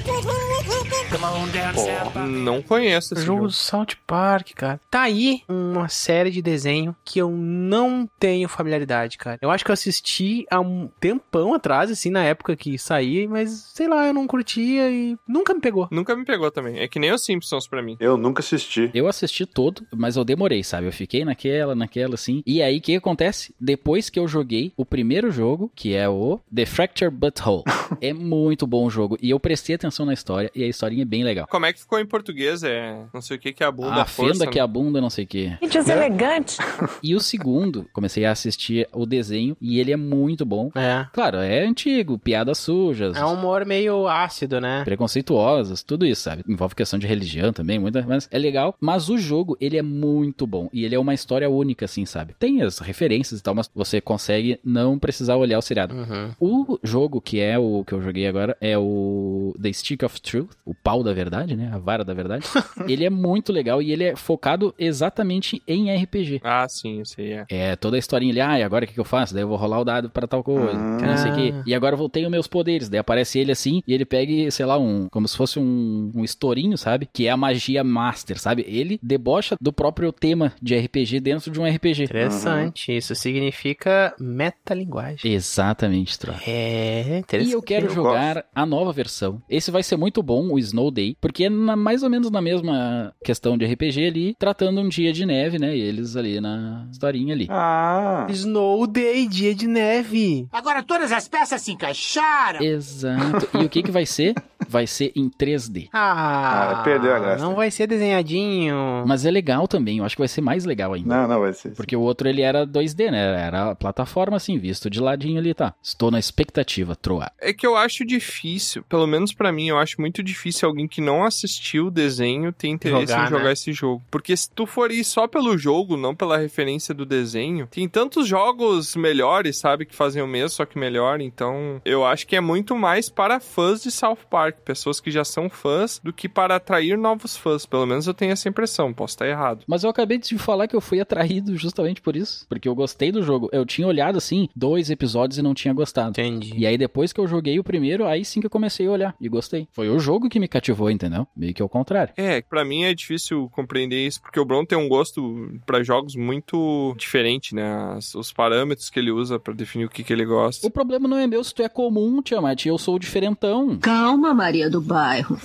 Speaker 8: Come on down to South Park.
Speaker 1: Não conheço esse
Speaker 3: Jogo
Speaker 1: jogo.
Speaker 3: do South Park, cara. Tá aí uma série de desenho que eu não tenho familiaridade, cara. Eu acho que eu assisti há um tempão atrás, assim, na época que saí, mas sei lá, eu não curtia e nunca me pegou.
Speaker 1: Nunca me pegou também. É que nem os Simpsons pra mim.
Speaker 2: Eu nunca assisti.
Speaker 5: Eu assisti todo, mas eu demorei, sabe? Eu fiquei naquela, naquela, assim. E aí, o que acontece? Depois que eu joguei o primeiro jogo, que é o The Fracture Butthole. é muito bom o jogo. E eu prestei atenção na história, e a historinha é bem legal.
Speaker 1: Como é que ficou em português? É não sei o que que é a bunda,
Speaker 5: Ah, a fenda
Speaker 1: força,
Speaker 5: que
Speaker 3: né?
Speaker 5: a bunda, não sei o quê.
Speaker 11: Deselegante.
Speaker 5: E o segundo, comecei a assistir o desenho, e ele é muito bom.
Speaker 3: É.
Speaker 5: Claro, é antigo, piadas sujas,
Speaker 3: É um humor meio ácido, né?
Speaker 5: preconceituosas, tudo isso, sabe? Envolve questão de religião também, muita, mas é legal. Mas o jogo, ele é muito bom. E ele é uma história única, assim, sabe? Tem as referências e tal, mas você consegue não precisar olhar o seriado.
Speaker 3: Uhum.
Speaker 5: O jogo que é o que eu joguei agora é o The Stick of Truth, o pau da verdade, né? A vara da verdade. ele é muito legal e ele é focado exatamente em RPG.
Speaker 1: Ah, sim, eu sei, é.
Speaker 5: É, toda a historinha ali, ah, e agora o que, que eu faço? Daí eu vou rolar o dado pra tal coisa, que não sei o quê. E agora eu voltei os meus poderes. Daí aparece ele assim, e ele pega, e, sei lá, um. Como se fosse um, um estourinho, sabe? Que é a magia master, sabe? Ele debocha do próprio tema de RPG dentro de um RPG.
Speaker 3: Interessante. Isso significa metalinguagem.
Speaker 5: Exatamente, Tro.
Speaker 3: É, interessante.
Speaker 5: E eu quero
Speaker 2: Eu
Speaker 5: jogar a nova versão. Esse vai ser muito bom, o Snow Day, porque é na- mais ou menos na mesma questão de RPG ali, tratando um dia de neve, né? E eles ali na historinha ali.
Speaker 2: Ah,
Speaker 3: Snow Day, dia de neve.
Speaker 8: Agora todas as peças se encaixaram.
Speaker 5: Exato. E o que que vai ser? Vai ser em 3D.
Speaker 3: Ah,
Speaker 2: Ah, perdeu a graça.
Speaker 3: Não vai ser desenhadinho.
Speaker 5: Mas é legal também, eu acho que vai ser mais legal ainda.
Speaker 2: não, não vai ser.
Speaker 5: Porque o outro ele era 2D, né? Era a plataforma assim, visto de ladinho ali, tá? Estou na expectativa, Troa.
Speaker 1: É que eu acho difícil, pelo menos pra mim, eu acho muito difícil alguém que não assistiu o desenho ter interesse
Speaker 3: Jogar,
Speaker 1: em jogar
Speaker 3: né?
Speaker 1: esse jogo. Porque se tu for ir só pelo jogo, não pela referência do desenho, tem tantos jogos melhores, sabe, que fazem o mesmo, só que melhor, então eu acho que é muito mais para fãs de South Park, pessoas que já são fãs, do que para atrair novos fãs. Pelo menos eu tenho essa impressão, posso estar errado.
Speaker 5: Mas eu acabei de te falar que eu fui atraído justamente por isso. Porque eu gostei do jogo. Eu tinha olhado assim, dois episódios e não tinha gostado.
Speaker 3: Entendi.
Speaker 5: E aí, depois que eu joguei o primeiro, aí sim que eu comecei a olhar e gostei. Foi o jogo que me cativou, entendeu? Meio que ao contrário.
Speaker 1: É, pra mim é difícil compreender isso, porque o Bron tem um gosto pra jogos muito diferente, né? As- os parâmetros que ele usa pra definir o que, que ele gosta.
Speaker 5: O problema não é meu se tu é comum, Tiamat. Eu sou o diferentão.
Speaker 11: Calma,
Speaker 12: Maria do Bairro.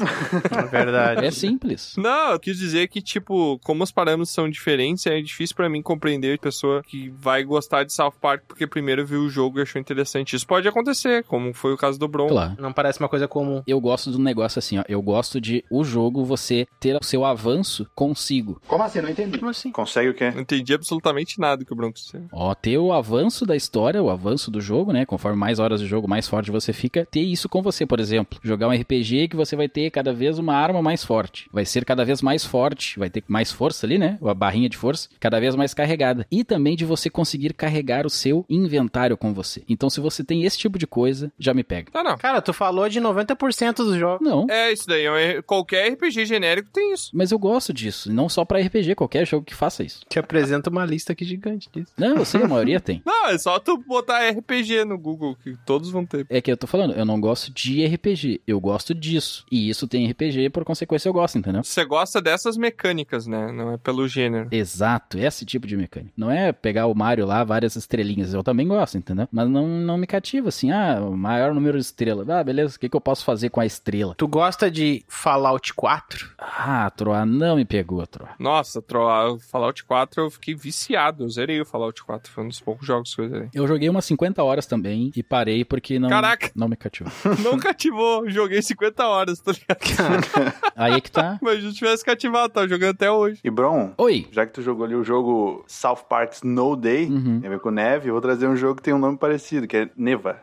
Speaker 3: É verdade.
Speaker 5: É simples.
Speaker 1: Não, eu quis dizer que, tipo, como os parâmetros são diferentes, é difícil pra mim compreender a pessoa que vai gostar de South Park porque primeiro viu o jogo e achou interessante. Isso pode acontecer, como foi o caso do Bron.
Speaker 5: Claro.
Speaker 3: Não parece uma coisa comum.
Speaker 5: Eu gosto do negócio assim, ó. Eu gosto de o jogo você ter o seu avanço consigo.
Speaker 9: Como assim? Não entendi.
Speaker 3: Como assim?
Speaker 2: Consegue o quê?
Speaker 1: Não entendi absolutamente nada que o Bron disse.
Speaker 5: Ó, ter o avanço da história, o avanço do jogo, né? Conforme mais horas de jogo, mais forte você fica. Ter isso com você, por exemplo. Jogar um RPG que você vai ter cada vez uma arma mais forte. Vai ser cada vez mais forte. Vai ter mais força ali, né? A barrinha de força. Cada vez mais carregada. E também de você conseguir carregar o seu inventário com você. Então, se você tem esse tipo de coisa, já me pega.
Speaker 1: Tá, não.
Speaker 3: Cara, tu falou de 90% dos jogos.
Speaker 5: Não.
Speaker 1: É isso daí. é um R- Qualquer RPG genérico tem isso.
Speaker 5: Mas eu gosto disso. Não só pra RPG, qualquer jogo que faça isso.
Speaker 3: Te apresenta uma lista aqui gigante disso.
Speaker 5: Não, eu sei, a maioria tem.
Speaker 1: Não, é só tu botar RPG no Google, que todos vão ter.
Speaker 5: É que eu tô falando, eu não gosto de RPG, eu gosto disso. E isso tem RPG, por consequência eu gosto, entendeu?
Speaker 1: Você gosta dessas mecânicas, né? Não é pelo gênero.
Speaker 5: Exato, esse tipo de mecânica. Não é pegar o Mario lá, várias estrelinhas, eu também gosto, entendeu? Mas não, não me cativa assim, ah, o maior número de estrelas. Ah, beleza, o que, que eu posso fazer com a estrela?
Speaker 3: Tu gosta de Fallout 4?
Speaker 5: Ah, Troa, não me pegou, Troa.
Speaker 1: Nossa, Troa, o Fallout 4 eu fiquei viciado. Eu zerei o Fallout 4, foi um dos poucos jogos que eu zerei.
Speaker 5: Eu joguei umas 50 horas também e parei porque não,
Speaker 1: Caraca!
Speaker 5: não me cativou.
Speaker 1: Não cativou, joguei 50 horas, tá ligado?
Speaker 5: Aí é que tá.
Speaker 1: Mas se tivesse cativado, tava jogando até hoje.
Speaker 2: E Bron,
Speaker 5: Oi!
Speaker 2: já que tu jogou ali o jogo South Park Snow Day,
Speaker 5: Uhum.
Speaker 2: tem a ver com neve, eu vou trazer um jogo que tem um nome parecido, que é Neva.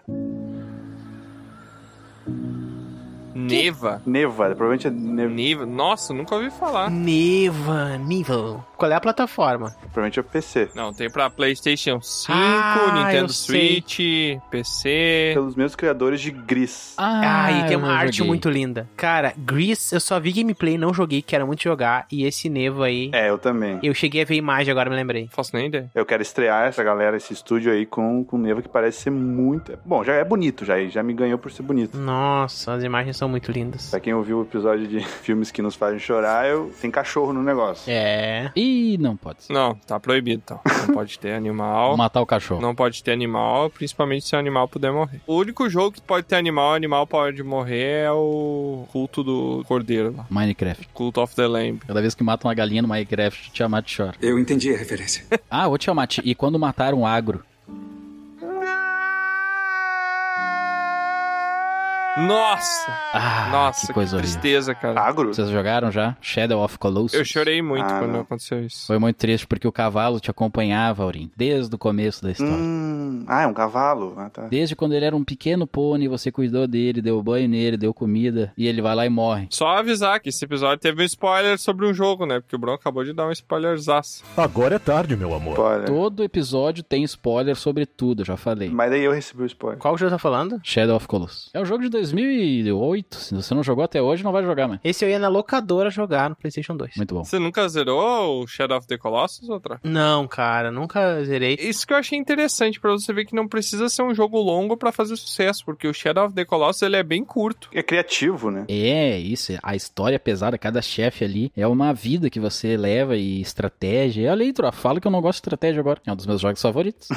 Speaker 1: Neva?
Speaker 2: Neva, provavelmente é Neva,
Speaker 1: Neva? Nossa, nunca ouvi falar.
Speaker 3: Neva, Nível. Qual é a plataforma?
Speaker 2: provavelmente é PC.
Speaker 1: Não, tem pra PlayStation 5,
Speaker 3: Ah, eu
Speaker 1: Nintendo
Speaker 3: sei.
Speaker 1: Switch, PC.
Speaker 2: Pelos mesmos criadores de Gris.
Speaker 3: Ah, e tem
Speaker 5: eu
Speaker 3: uma
Speaker 5: não
Speaker 3: arte
Speaker 5: joguei.
Speaker 3: muito linda. Cara, Grease, eu só vi gameplay, não joguei, quero muito jogar. E esse Neva aí,
Speaker 2: É, eu também.
Speaker 3: eu cheguei a ver imagem, agora me lembrei.
Speaker 1: Não faço nem ideia.
Speaker 2: Eu quero estrear essa galera, esse estúdio aí com, com Neva, que parece ser muito. Bom, já é bonito, já, e já me ganhou por ser bonito.
Speaker 3: Nossa, as imagens são muito lindas.
Speaker 2: Pra quem ouviu o episódio de filmes que nos fazem chorar, eu... tem cachorro no negócio.
Speaker 3: É.
Speaker 5: Ih, não pode ser.
Speaker 1: Não, tá proibido, então. Não pode ter animal.
Speaker 5: Matar o cachorro.
Speaker 1: Não pode ter animal, principalmente se o animal puder morrer. O único jogo que pode ter animal, e animal pode morrer, é o culto do cordeiro lá.
Speaker 5: Minecraft.
Speaker 1: Cult of the Lamb.
Speaker 5: Cada vez que matam uma galinha no Minecraft, Tiamat chora.
Speaker 6: Eu entendi a referência.
Speaker 5: Ah, ô Tiamat, e quando mataram o agro?
Speaker 1: Nossa!
Speaker 5: Ah,
Speaker 1: Nossa,
Speaker 5: que coisa horrível.
Speaker 1: tristeza, cara.
Speaker 2: Agro?
Speaker 5: Vocês jogaram já? Shadow of Colossus?
Speaker 1: Eu chorei muito
Speaker 2: Ah,
Speaker 1: quando
Speaker 2: não.
Speaker 1: aconteceu isso.
Speaker 5: Foi muito triste porque o cavalo te acompanhava, Aurim, desde o começo da história.
Speaker 2: Hum, ah, é um cavalo. Ah, tá.
Speaker 5: Desde quando ele era um pequeno pônei, você cuidou dele, deu banho nele, deu comida, e ele vai lá e morre.
Speaker 1: Só avisar que esse episódio teve um spoiler sobre um jogo, né? Porque o Bruno acabou de dar um spoilerzaço.
Speaker 13: Agora é tarde, meu amor.
Speaker 1: É.
Speaker 2: Spoiler.
Speaker 5: Todo episódio tem spoiler sobre tudo, eu já falei.
Speaker 2: Mas daí eu recebi o spoiler.
Speaker 3: Qual jogo tá falando?
Speaker 5: Shadow of Colossus. É um jogo de 2008, se você não jogou até hoje, não vai jogar mais.
Speaker 3: Esse eu ia na locadora jogar no PlayStation 2.
Speaker 5: Muito bom.
Speaker 1: Você nunca zerou o Shadow of the Colossus, outra?
Speaker 3: Não, cara, nunca zerei.
Speaker 1: Isso que eu achei interessante, pra você ver que não precisa ser um jogo longo pra fazer sucesso, porque o Shadow of the Colossus ele é bem curto.
Speaker 2: É criativo, né?
Speaker 5: É, isso. é- A história é pesada, cada chefe ali é uma vida que você leva e estratégia. É Olha aí, Tro, fala que eu não gosto de estratégia agora. É um dos meus jogos favoritos.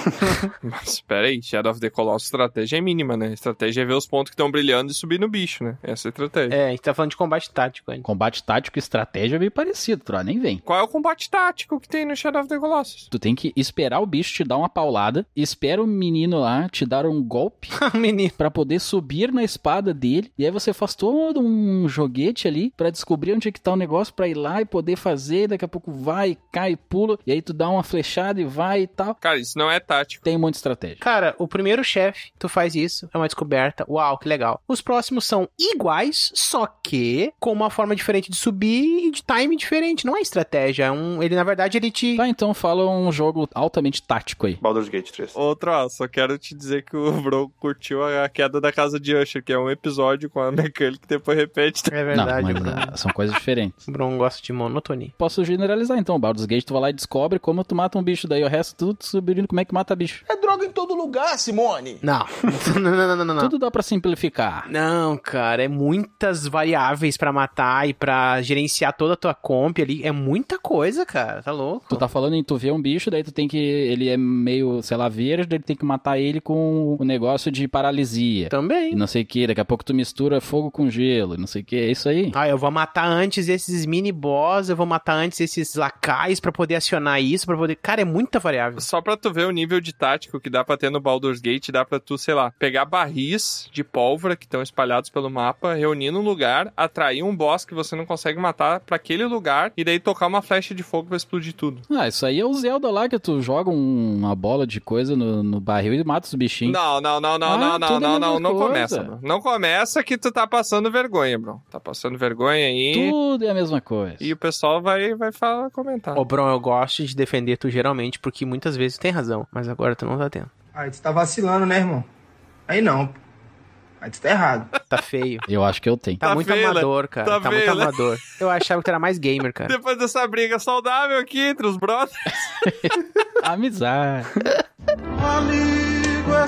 Speaker 1: Mas peraí, Shadow of the Colossus, estratégia é mínima, né? Estratégia é ver os pontos que estão brilhando e subir no bicho, né? Essa é a estratégia.
Speaker 3: É, a gente tá falando de combate tático ainda.
Speaker 5: Combate tático e estratégia é meio parecido, Tro, nem vem.
Speaker 1: Qual é o combate tático que tem no Shadow of the Colossus?
Speaker 5: Tu tem que esperar o bicho te dar uma paulada, espera o menino lá te dar um golpe
Speaker 3: Menino.
Speaker 5: pra poder subir na espada dele, e aí você faz todo um joguete ali pra descobrir onde é que tá o negócio pra ir lá e poder fazer, e daqui a pouco vai, cai, pula, e aí tu dá uma flechada e vai e tal.
Speaker 1: Cara, isso não é tático.
Speaker 5: Tem um monte de estratégia.
Speaker 3: Cara, o primeiro chefe, tu faz isso, é uma descoberta. Uau, que legal. Os próximos são iguais, só que com uma forma diferente de subir e de time diferente. Não é estratégia. É um, ele, na verdade, ele te.
Speaker 5: Tá, então fala um jogo altamente tático aí.
Speaker 2: Baldur's Gate 3.
Speaker 1: Outra, ó, só quero te dizer que o Bro curtiu a queda da casa de Usher, que é um episódio com a mecânica que depois repete.
Speaker 3: É
Speaker 5: não,
Speaker 3: verdade,
Speaker 5: mas,
Speaker 3: Bruno.
Speaker 5: ah, são coisas diferentes.
Speaker 3: O Bruno gosta de monotonia.
Speaker 5: Posso generalizar então, o Baldur's Gate, tu vai lá e descobre como tu mata um bicho, daí o resto tudo subindo como é que mata bicho.
Speaker 8: É droga em todo lugar, Simone.
Speaker 3: Não. não, não, não, não, não.
Speaker 5: Tudo dá pra simplificar. matar.
Speaker 3: Não, cara, é muitas variáveis pra matar e pra gerenciar toda a tua comp ali. É muita coisa, cara. Tá louco.
Speaker 5: Tu tá falando em tu vê um bicho, daí tu tem que. Ele é meio, sei lá, verde, daí tu tem que matar ele com o negócio de paralisia.
Speaker 3: Também.
Speaker 5: E não sei o que, daqui a pouco tu mistura fogo com gelo, e não sei o que, é isso aí.
Speaker 3: Ah, eu vou matar antes esses mini boss, eu vou matar antes esses lacais pra poder acionar isso, pra poder. Cara, é muita variável.
Speaker 1: Só pra tu ver o nível de tático que dá pra ter no Baldur's Gate, dá pra tu, sei lá, pegar barris de pólvora que estão espalhados pelo mapa, reunir num lugar, atrair um boss que você não consegue matar pra aquele lugar e daí tocar uma flecha de fogo pra explodir tudo.
Speaker 5: Ah, isso aí é o Zelda lá que tu joga um- uma bola de coisa no, no barril e mata os bichinhos.
Speaker 1: Não, não, não, não,
Speaker 5: Ah,
Speaker 1: não,
Speaker 5: tudo
Speaker 1: não, não,
Speaker 5: é a
Speaker 1: não,
Speaker 5: mesma
Speaker 1: não
Speaker 5: coisa.
Speaker 1: começa, bro. Não começa que tu tá passando vergonha, bro. Tá passando vergonha aí.
Speaker 5: Tudo é a mesma coisa.
Speaker 1: E o pessoal vai, vai falar, comentar.
Speaker 3: Ô, Bron, eu gosto de defender tu geralmente, porque muitas vezes tu tem razão, mas agora tu não tá tendo.
Speaker 12: Aí tu tá vacilando, né, irmão? Aí não. Aí tu tá errado.
Speaker 3: Tá feio.
Speaker 5: Eu acho que eu tenho.
Speaker 3: Tá,
Speaker 1: Tá
Speaker 3: muito
Speaker 1: feio, né?
Speaker 3: amador, cara.
Speaker 1: Tá
Speaker 3: Tá, muito
Speaker 1: feio, né?
Speaker 3: amador. Eu achava que tu era mais gamer, cara.
Speaker 1: Depois dessa briga saudável aqui entre os brothers.
Speaker 5: Amizade.
Speaker 10: Amigo é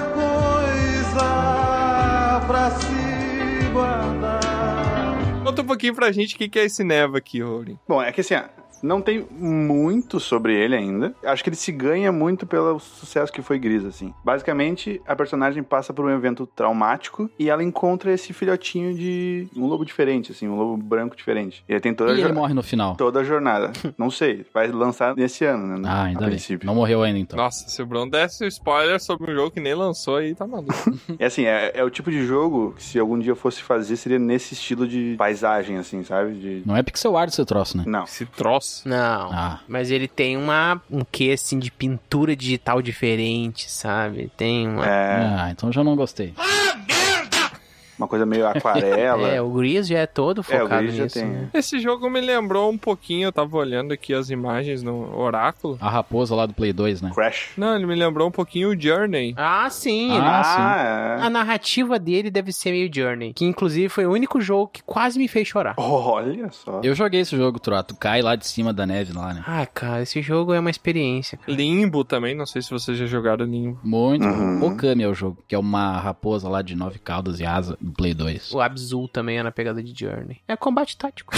Speaker 10: coisa pra se guardar.
Speaker 1: Conta um pouquinho pra gente o que, que é esse Neva aqui, Rory.
Speaker 2: Bom, é que assim, ah, não tem muito sobre ele ainda. Acho que ele se ganha muito pelo sucesso que foi Gris, assim. Basicamente, a personagem passa por um evento traumático e ela encontra esse filhotinho de um lobo diferente, assim, um lobo branco diferente. Ele tem toda a
Speaker 5: E ele
Speaker 2: jo-
Speaker 5: morre no final.
Speaker 2: Toda a jornada. Não sei, vai lançar nesse ano, né?
Speaker 5: Ah, ainda
Speaker 2: a
Speaker 5: bem.
Speaker 2: princípio.
Speaker 5: Não morreu ainda então.
Speaker 1: Nossa, se o Bruno desse spoiler sobre um jogo que nem lançou aí, tá maluco.
Speaker 2: É assim, é, é o tipo de jogo que se algum dia eu fosse fazer, seria nesse estilo de paisagem, assim, sabe? De...
Speaker 5: Não é pixel art esse troço, né?
Speaker 2: Não.
Speaker 1: Esse troço.
Speaker 3: Não.
Speaker 5: Ah.
Speaker 3: Mas ele tem uma, um quê, assim, de pintura digital diferente, sabe? Tem uma...
Speaker 2: É,
Speaker 5: Ah, então já não gostei.
Speaker 2: uma coisa meio aquarela.
Speaker 3: É, o Gris já é todo
Speaker 2: É, o
Speaker 3: focado
Speaker 2: Gris já
Speaker 3: nisso.
Speaker 2: tem,
Speaker 3: né?
Speaker 1: Esse jogo me lembrou um pouquinho, eu tava olhando aqui as imagens no Oráculo.
Speaker 5: A raposa lá do Play 2, né?
Speaker 2: Crash.
Speaker 1: Não, ele me lembrou um pouquinho o Journey.
Speaker 3: Ah, sim. ele-
Speaker 5: Ah, sim.
Speaker 2: Ah, é.
Speaker 3: A narrativa dele deve ser meio Journey, que inclusive foi o único jogo que quase me fez chorar.
Speaker 2: Olha só.
Speaker 5: Eu joguei esse jogo, Troa. Tu cai lá de cima da neve lá, né?
Speaker 3: Ah, cara, esse jogo é uma experiência.
Speaker 1: Limbo também, não sei se vocês já jogaram Limbo.
Speaker 5: Muito.
Speaker 2: Uhum.
Speaker 5: bom. Okami é o jogo, que é uma raposa lá de nove caudas e asa do Play 2.
Speaker 3: O Abzul também é na pegada de Journey. É combate tático.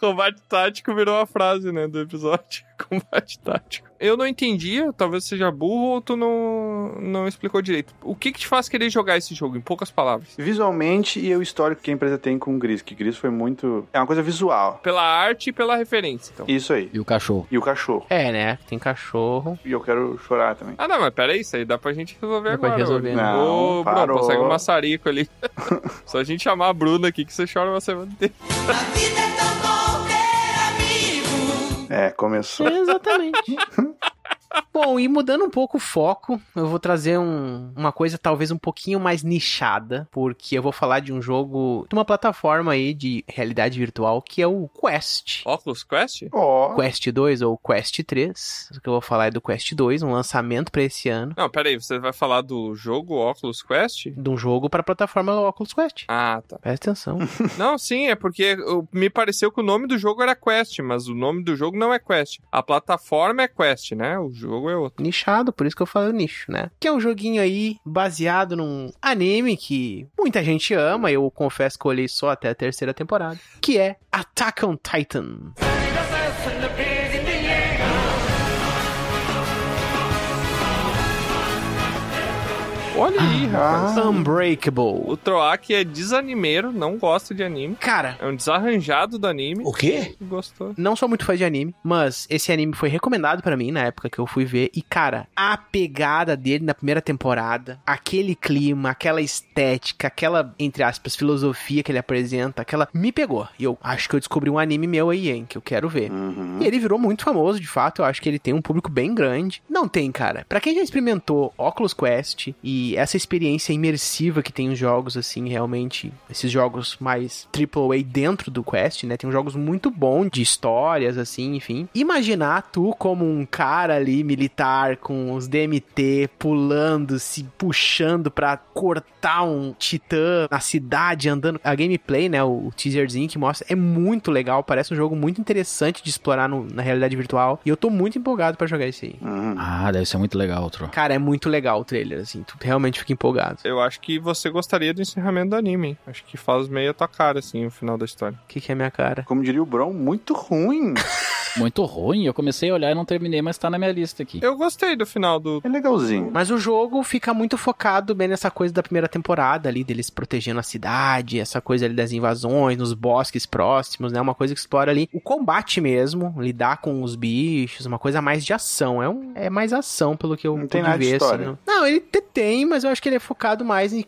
Speaker 1: Combate tático virou a frase, né, do episódio. Combate tático. Eu não entendia, talvez seja burro ou tu não, não explicou direito. O que que te faz querer jogar esse jogo, em poucas palavras?
Speaker 2: Visualmente e o histórico que a empresa tem com o Gris, que Gris foi muito. É uma coisa visual.
Speaker 1: Pela arte e pela referência, então.
Speaker 2: Isso aí.
Speaker 5: E o cachorro.
Speaker 2: E o cachorro.
Speaker 3: É, né? Tem cachorro.
Speaker 2: E eu quero chorar também.
Speaker 1: Ah, não, mas peraí, isso aí dá pra gente resolver
Speaker 3: Dá pra
Speaker 1: agora.
Speaker 3: resolver,
Speaker 1: Bruno.
Speaker 2: né? Não,
Speaker 1: Ô, Bruno,
Speaker 2: parou.
Speaker 1: consegue um maçarico ali. Só a gente chamar a Bruna aqui que você chora uma semana inteira.
Speaker 2: É, começou.
Speaker 3: É, exatamente. Bom, e mudando um pouco o foco, eu vou trazer um- uma coisa talvez um pouquinho mais nichada, porque eu vou falar de um jogo, de uma plataforma aí de realidade virtual, que é o Quest.
Speaker 1: Oculus Quest?
Speaker 2: Ó.
Speaker 3: Quest 2 ou Quest 3, o que eu vou falar é do Quest 2, um lançamento pra esse ano,
Speaker 1: Não, peraí, você vai falar do jogo Oculus Quest?
Speaker 3: de um jogo pra plataforma Oculus Quest.
Speaker 1: Ah, tá.
Speaker 3: Presta atenção.
Speaker 1: Não, sim, é porque eu- me pareceu que o nome do jogo era Quest, mas o nome do jogo não é Quest. A plataforma é Quest, né? O jogo é outro.
Speaker 3: nichado, por isso que eu falo nicho, né? Que é um joguinho aí baseado num anime que muita gente ama, eu confesso que eu olhei só até a terceira temporada, que é Attack on Titan.
Speaker 1: Olha aí,
Speaker 3: Ah.
Speaker 1: rapaz.
Speaker 3: Unbreakable.
Speaker 1: O Troak é desanimeiro, não gosta de anime.
Speaker 3: Cara,
Speaker 1: É um desarranjado do anime. O quê? Gostou.
Speaker 3: não sou muito fã de anime, mas esse anime foi recomendado pra mim na época que eu fui ver e cara, a pegada dele na primeira temporada, aquele clima, aquela estética, aquela entre aspas filosofia que ele apresenta, aquela me pegou. E eu acho que eu descobri um anime meu aí, hein, que eu quero ver.
Speaker 2: Uhum.
Speaker 3: E ele virou muito famoso, de fato. Eu acho que ele tem um público bem grande. Não tem, cara. Pra quem já experimentou Oculus Quest e essa experiência imersiva que tem os jogos, assim, realmente, esses jogos mais AAA dentro do Quest, né? Tem uns jogos muito bons de histórias, assim, enfim. Imaginar tu como um cara ali militar com os DMT pulando, se puxando pra cortar um titã na cidade, andando. A gameplay, né? O teaserzinho que mostra é muito legal. Parece um jogo muito interessante de explorar no- na realidade virtual. E eu tô muito empolgado pra jogar esse aí.
Speaker 2: Uhum.
Speaker 5: Ah, deve ser muito legal, Troa.
Speaker 3: Cara, é muito legal o trailer, assim. Tu realmente fico empolgado.
Speaker 1: Eu acho que você gostaria do encerramento do anime. hein? Acho que faz meio a tua cara, assim, o final da história.
Speaker 3: O que, que é minha cara?
Speaker 2: Como diria o Bron, muito ruim.
Speaker 5: Muito ruim, eu comecei a olhar e não terminei, mas tá na minha lista aqui.
Speaker 1: Eu gostei do final do.
Speaker 2: É legalzinho.
Speaker 3: Mas o jogo fica muito focado bem nessa coisa da primeira temporada ali, deles protegendo a cidade, essa coisa ali das invasões, nos bosques próximos, né? Uma coisa que explora ali o combate mesmo, lidar com os bichos, uma coisa mais de ação. É, um, é mais ação, pelo que eu
Speaker 2: Não
Speaker 3: pude
Speaker 2: tem nada de
Speaker 3: ver. assim,
Speaker 2: história.
Speaker 3: não. não, ele te- tem, mas eu acho que ele é focado mais em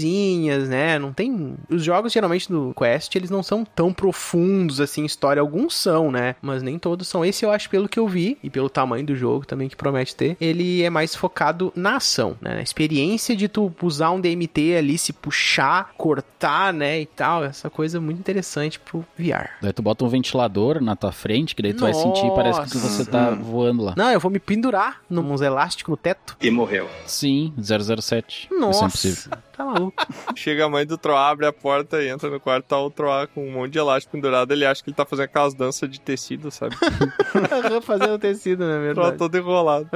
Speaker 3: questzinhas, né? Não tem. Os jogos geralmente do Quest, eles não são tão profundos assim, em história. Alguns são, né? Mas nem todos são. Esse eu acho, pelo que eu vi, e pelo tamanho do jogo também que promete ter, ele é mais focado na ação, né? Na experiência de tu usar um DMT ali, se puxar, cortar, né? E tal. Essa coisa muito interessante pro VR.
Speaker 5: Daí tu bota um ventilador na tua frente, que daí tu vai sentir, parece que você tá
Speaker 3: Nossa.
Speaker 5: voando lá.
Speaker 3: Não, eu vou me pendurar num uns elásticos no teto.
Speaker 6: E morreu.
Speaker 5: Sim, 007. Isso é impossível.
Speaker 3: Nossa, tá maluco.
Speaker 1: Chega a mãe do Troá, abre a porta e entra no quarto, tá o Troá com um monte de elástico pendurado. Ele acha que ele tá fazendo aquelas danças de tecido, sabe?
Speaker 3: Fazendo tecido, né,
Speaker 1: o Troá
Speaker 3: verdade?
Speaker 1: todo enrolado.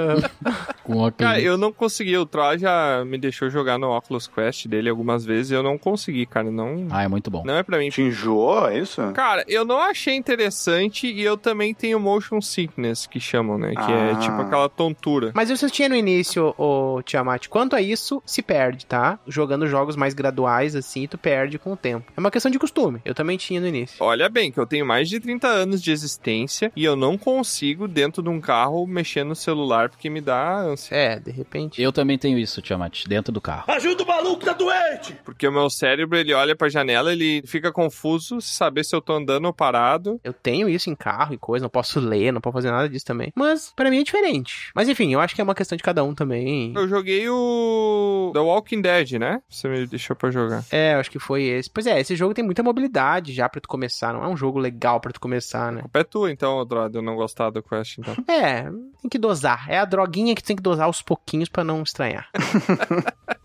Speaker 5: Com óculos.
Speaker 1: Cara, eu não consegui. O Troá já me deixou jogar no Oculus Quest dele algumas vezes e eu não consegui, cara. Não,
Speaker 5: Ah, é muito bom.
Speaker 1: não é pra mim.
Speaker 2: Te enjoou, é isso?
Speaker 1: Cara, eu não achei interessante e eu também tenho motion sickness, que chamam, né? Que é
Speaker 2: Ah.
Speaker 1: tipo aquela tontura.
Speaker 3: Mas eu senti no início, o Tiamat, quanto a isso, se perde, tá? Jogando jogos mais graduais, assim, tu perde com o tempo. É uma questão de costume. Eu também tinha no início.
Speaker 1: Olha bem, que eu tenho mais de 30 anos de existência e eu não consigo, dentro de um carro, mexer no celular porque me dá ânsia.
Speaker 3: É, de repente.
Speaker 5: Eu também tenho isso, Tiamat, dentro do carro.
Speaker 6: Ajuda o maluco, tá doente!
Speaker 1: Porque o meu cérebro, ele olha pra janela, ele fica confuso se saber se eu tô andando ou parado.
Speaker 3: Eu tenho isso em carro e coisa, não posso ler, não posso fazer nada disso também. Mas pra mim é diferente. Mas enfim, eu acho que é uma questão de cada um também.
Speaker 1: Eu joguei o The Walking Dead, né? Você me deixou pra jogar.
Speaker 3: É, eu acho que foi esse. Pois é, esse jogo tem muita mobilidade já pra tu começar, não é um jogo legal pra tu começar, né?
Speaker 1: A culpa é tua, então, Droga, eu não gostar do Quest, então.
Speaker 3: É, tem que dosar. É a droguinha que tu tem que dosar aos pouquinhos pra não estranhar.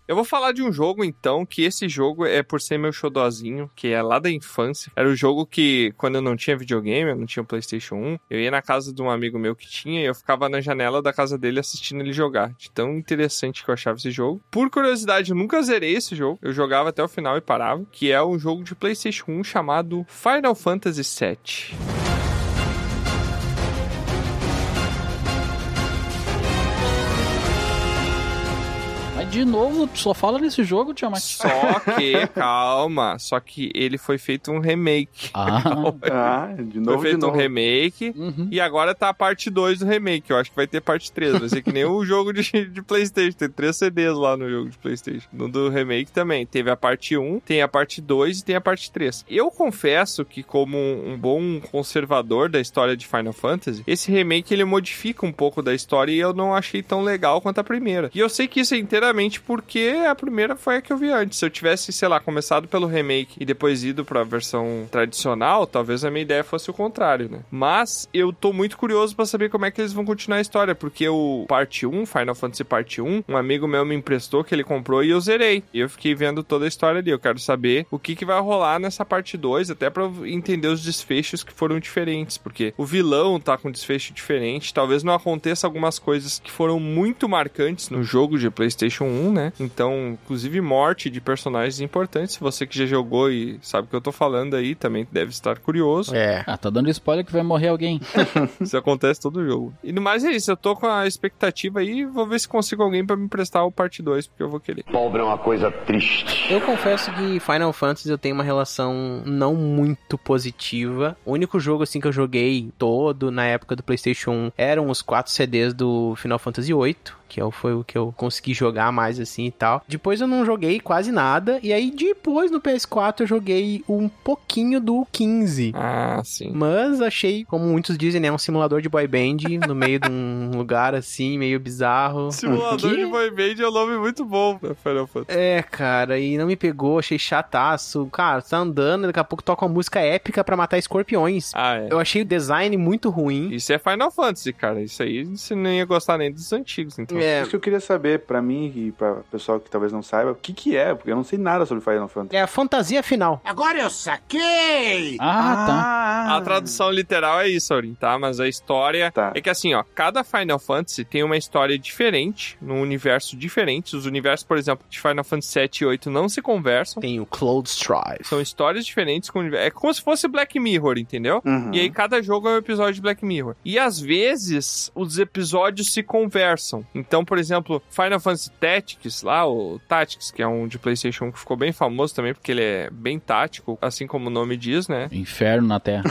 Speaker 1: Eu vou falar de um jogo, então, que esse jogo é por ser meu xodozinho, que é lá da infância. Era o jogo que, quando eu não tinha videogame, eu não tinha o PlayStation 1, eu ia na casa de um amigo meu que tinha e eu ficava na janela da casa dele assistindo ele jogar. De tão interessante que eu achava esse jogo. Por curiosidade, eu nunca zerei esse jogo. Eu jogava até o final e parava. Que é um jogo de PlayStation 1 chamado Final Fantasy VII.
Speaker 5: Mas de novo, tu só fala nesse jogo, Tiamat.
Speaker 1: Só que, calma, só que ele foi feito um remake.
Speaker 5: Ah,
Speaker 2: Ah, de
Speaker 1: Foi
Speaker 2: novo, de
Speaker 1: feito um
Speaker 2: novo.
Speaker 1: remake.
Speaker 5: uhum.
Speaker 1: E agora tá a parte 2 do remake. Eu acho que vai ter parte 3. Vai ser que nem o jogo de, de PlayStation. Tem três CDs lá no jogo de PlayStation. No do remake também. Teve a parte 1, tem a parte 2 e tem a parte 3. Eu confesso que, como um, um bom conservador da história de Final Fantasy, esse remake ele modifica um pouco da história e eu não achei tão legal quanto a primeira. E eu sei que isso é inteiramente porque a primeira foi a que eu vi antes. Se eu tivesse, sei lá, começado pelo remake e depois ido pra versão tradicional, talvez a minha ideia fosse o contrário, né? Mas eu tô muito curioso pra saber como é que eles vão continuar a história, porque o parte 1, Final Fantasy parte 1, um amigo meu me emprestou que ele comprou e eu zerei. E eu fiquei vendo toda a história ali. Eu quero saber o que, que vai rolar nessa parte 2, até pra eu entender os desfechos que foram diferentes, porque o vilão tá com um desfecho diferente, talvez não aconteça algumas coisas que foram muito marcantes no jogo de PlayStation 1, né? Então, inclusive morte de personagens importantes, você que já jogou e sabe o que eu tô falando aí, também deve estar curioso.
Speaker 3: É.
Speaker 5: Ah, tá dando spoiler que vai morrer alguém.
Speaker 1: Isso acontece todo jogo. E no mais é isso, eu tô com a expectativa aí, vou ver se consigo alguém pra me emprestar o parte 2, porque eu vou querer.
Speaker 10: Pobre é uma coisa triste.
Speaker 3: Eu confesso que Final Fantasy eu tenho uma relação não muito positiva. O único jogo assim que eu joguei todo na época do PlayStation 1 eram os quatro CDs do Final Fantasy VIII. Que é o- foi o que eu consegui jogar mais assim e tal. Depois eu não joguei quase nada. E aí depois no PS4 eu joguei um pouquinho do 15.
Speaker 1: Ah, sim.
Speaker 3: Mas achei, como muitos dizem, né? Um simulador de boy band no meio de um lugar assim, meio bizarro.
Speaker 1: Simulador de boy band é um nome muito bom pra Final Fantasy.
Speaker 3: É, cara, e não me pegou, achei chataço. Cara, tá andando, daqui a pouco toca uma música épica pra matar escorpiões.
Speaker 1: Ah, é.
Speaker 3: Eu achei o design muito ruim.
Speaker 1: Isso é Final Fantasy, cara. Isso aí você não ia gostar nem dos antigos, então.
Speaker 2: Isso que eu queria saber, pra mim e pra pessoal que talvez não saiba, o que que é, porque eu não sei nada sobre Final Fantasy.
Speaker 3: É a fantasia final. Ah.
Speaker 8: Agora eu saquei!
Speaker 1: tá. A tradução literal é isso, Aurim, tá? Mas a história é que assim, ó, cada Final Fantasy tem uma história diferente, num universo diferente. Os universos, por exemplo, de Final Fantasy 7 e 8 não se conversam.
Speaker 3: Tem o Cloud Strive.
Speaker 1: São histórias diferentes com univer- É como se fosse Black Mirror, entendeu?
Speaker 2: Uhum.
Speaker 1: E aí cada jogo é um episódio de Black Mirror. E às vezes os episódios se conversam. Então, por exemplo, Final Fantasy Tactics, lá, o Tactics, que é um de PlayStation 1 que ficou bem famoso também, porque ele é bem tático, assim como o nome diz, né?
Speaker 5: Inferno na Terra.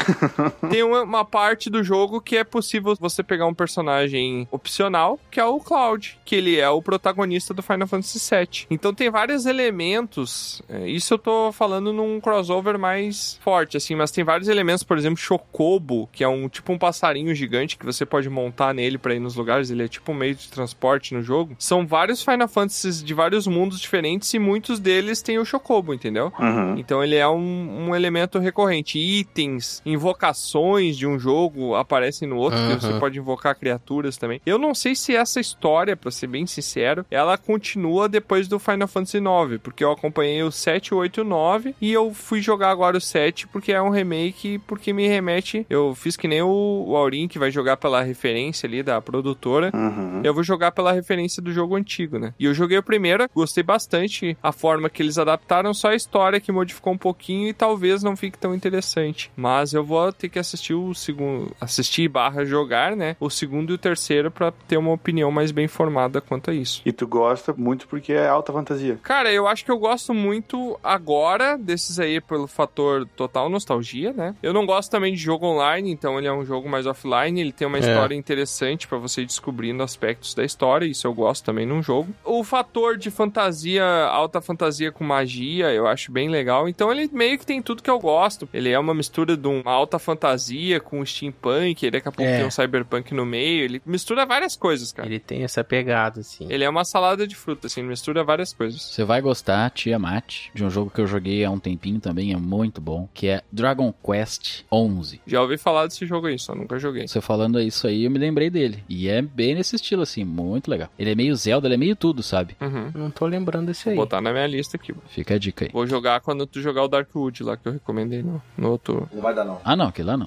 Speaker 1: Tem uma, uma parte do jogo que é possível você pegar um personagem opcional, que é o Cloud, que ele é o protagonista do Final Fantasy VII. Então tem vários elementos. é, Isso eu tô falando num crossover mais forte, assim, mas tem vários elementos, por exemplo, Chocobo, que é um tipo um passarinho gigante que você pode montar nele pra ir nos lugares. Ele é tipo um meio de transporte no jogo. São vários Final Fantasies de vários mundos diferentes e muitos deles têm o Chocobo, entendeu?
Speaker 2: Uhum.
Speaker 1: Então ele é um, um elemento recorrente. Itens, invocações de um jogo aparecem no outro,
Speaker 2: Aham.
Speaker 1: que você pode invocar criaturas também. Eu não sei se essa história, pra ser bem sincero, ela continua depois do Final Fantasy IX, porque eu acompanhei o 7, o 8 e o 9 e eu fui jogar agora o 7 porque é um remake, porque me remete. Eu fiz que nem o, o Aurim, que vai jogar pela referência ali da produtora.
Speaker 2: Uhum.
Speaker 1: Eu vou jogar pela referência do jogo antigo, né? E eu joguei o primeiro, gostei bastante a forma que eles adaptaram, só a história que modificou um pouquinho e talvez não fique tão interessante. Mas eu vou ter que assistir o segundo, assistir barra jogar, né? O segundo e o terceiro pra ter uma opinião mais bem formada quanto a isso.
Speaker 2: E tu gosta muito porque é alta fantasia.
Speaker 1: Cara, eu acho que eu gosto muito agora desses aí pelo fator total nostalgia, né? Eu não gosto também de jogo online, então ele é um jogo mais offline, ele tem uma
Speaker 3: É.
Speaker 1: história interessante pra você ir descobrindo aspectos da história, isso eu gosto também num jogo. O fator de fantasia, alta fantasia com magia, eu acho bem legal. Então ele meio que tem tudo que eu gosto. Ele é uma mistura de uma alta fantasia com um steampunk, ele daqui a pouco
Speaker 3: É.
Speaker 1: tem um cyberpunk no meio, ele mistura várias coisas, cara.
Speaker 3: Ele tem essa pegada, assim.
Speaker 1: Ele é uma salada de fruta, assim, mistura várias coisas.
Speaker 5: Você vai gostar, Tiamat, de um jogo que eu joguei há um tempinho também, é muito bom, que é Dragon Quest 11.
Speaker 1: Já ouvi falar desse jogo aí, só nunca joguei.
Speaker 5: Você falando isso aí, eu me lembrei dele. E é bem nesse estilo, assim, muito legal. Ele é meio Zelda, ele é meio tudo, sabe?
Speaker 1: Uhum.
Speaker 3: Não tô lembrando esse aí.
Speaker 1: Vou botar na minha lista aqui.
Speaker 5: Fica a dica aí.
Speaker 1: Vou jogar quando tu jogar o Darkwood lá, que eu recomendei no, no outro.
Speaker 9: Não vai dar, não.
Speaker 5: Ah, não, aquele lá não.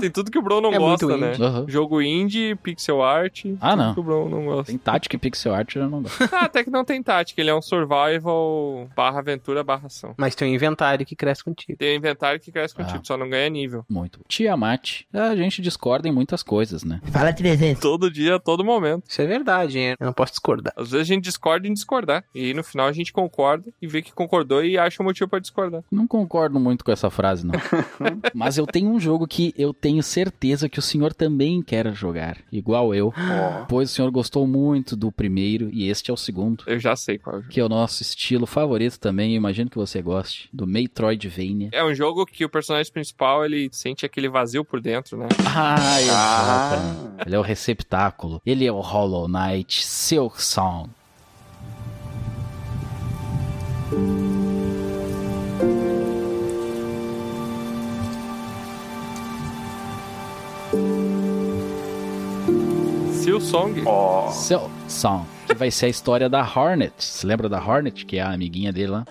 Speaker 1: Tem tudo que o Bruno não
Speaker 5: É muito
Speaker 1: gosta, né?
Speaker 5: indie. Uhum.
Speaker 1: Jogo indie, pixel art.
Speaker 5: Ah,
Speaker 1: tudo
Speaker 5: não.
Speaker 1: que o Bruno não gosta.
Speaker 5: Tem tática e pixel art, eu não gosto.
Speaker 1: Ah, até que não tem tática. Ele é um survival barra aventura barra ação.
Speaker 3: Mas tem um inventário que cresce contigo.
Speaker 1: Tem um inventário que cresce
Speaker 5: Ah.
Speaker 1: contigo, só não ganha nível.
Speaker 5: Muito. Tiamat, a gente discorda em muitas coisas, né?
Speaker 3: Fala 300.
Speaker 1: Todo dia, todo momento.
Speaker 3: Isso é verdade, hein? Eu não posso discordar.
Speaker 1: Às vezes a gente discorda em discordar. E aí, no final a gente concorda e vê que concordou e acha um motivo pra discordar.
Speaker 5: Não concordo muito com essa frase, não. Mas eu tenho um jogo que eu tenho certeza que o senhor também quer jogar, igual eu.
Speaker 1: Ah.
Speaker 5: Pois o senhor gostou muito do primeiro e este é o segundo.
Speaker 1: Eu já sei qual é o jogo.
Speaker 5: Que é o nosso estilo favorito também, eu imagino que você goste. Do Metroidvania.
Speaker 1: É um jogo que o personagem principal, ele sente aquele vazio por dentro, né?
Speaker 5: Ah,
Speaker 1: Ah.
Speaker 5: exato. Ele é o receptáculo. Ele é o Hollow Knight, seu som.
Speaker 1: Seu Song.
Speaker 5: Seu som. Que vai ser a história da Hornet. Se lembra da Hornet, que é a amiguinha dele lá?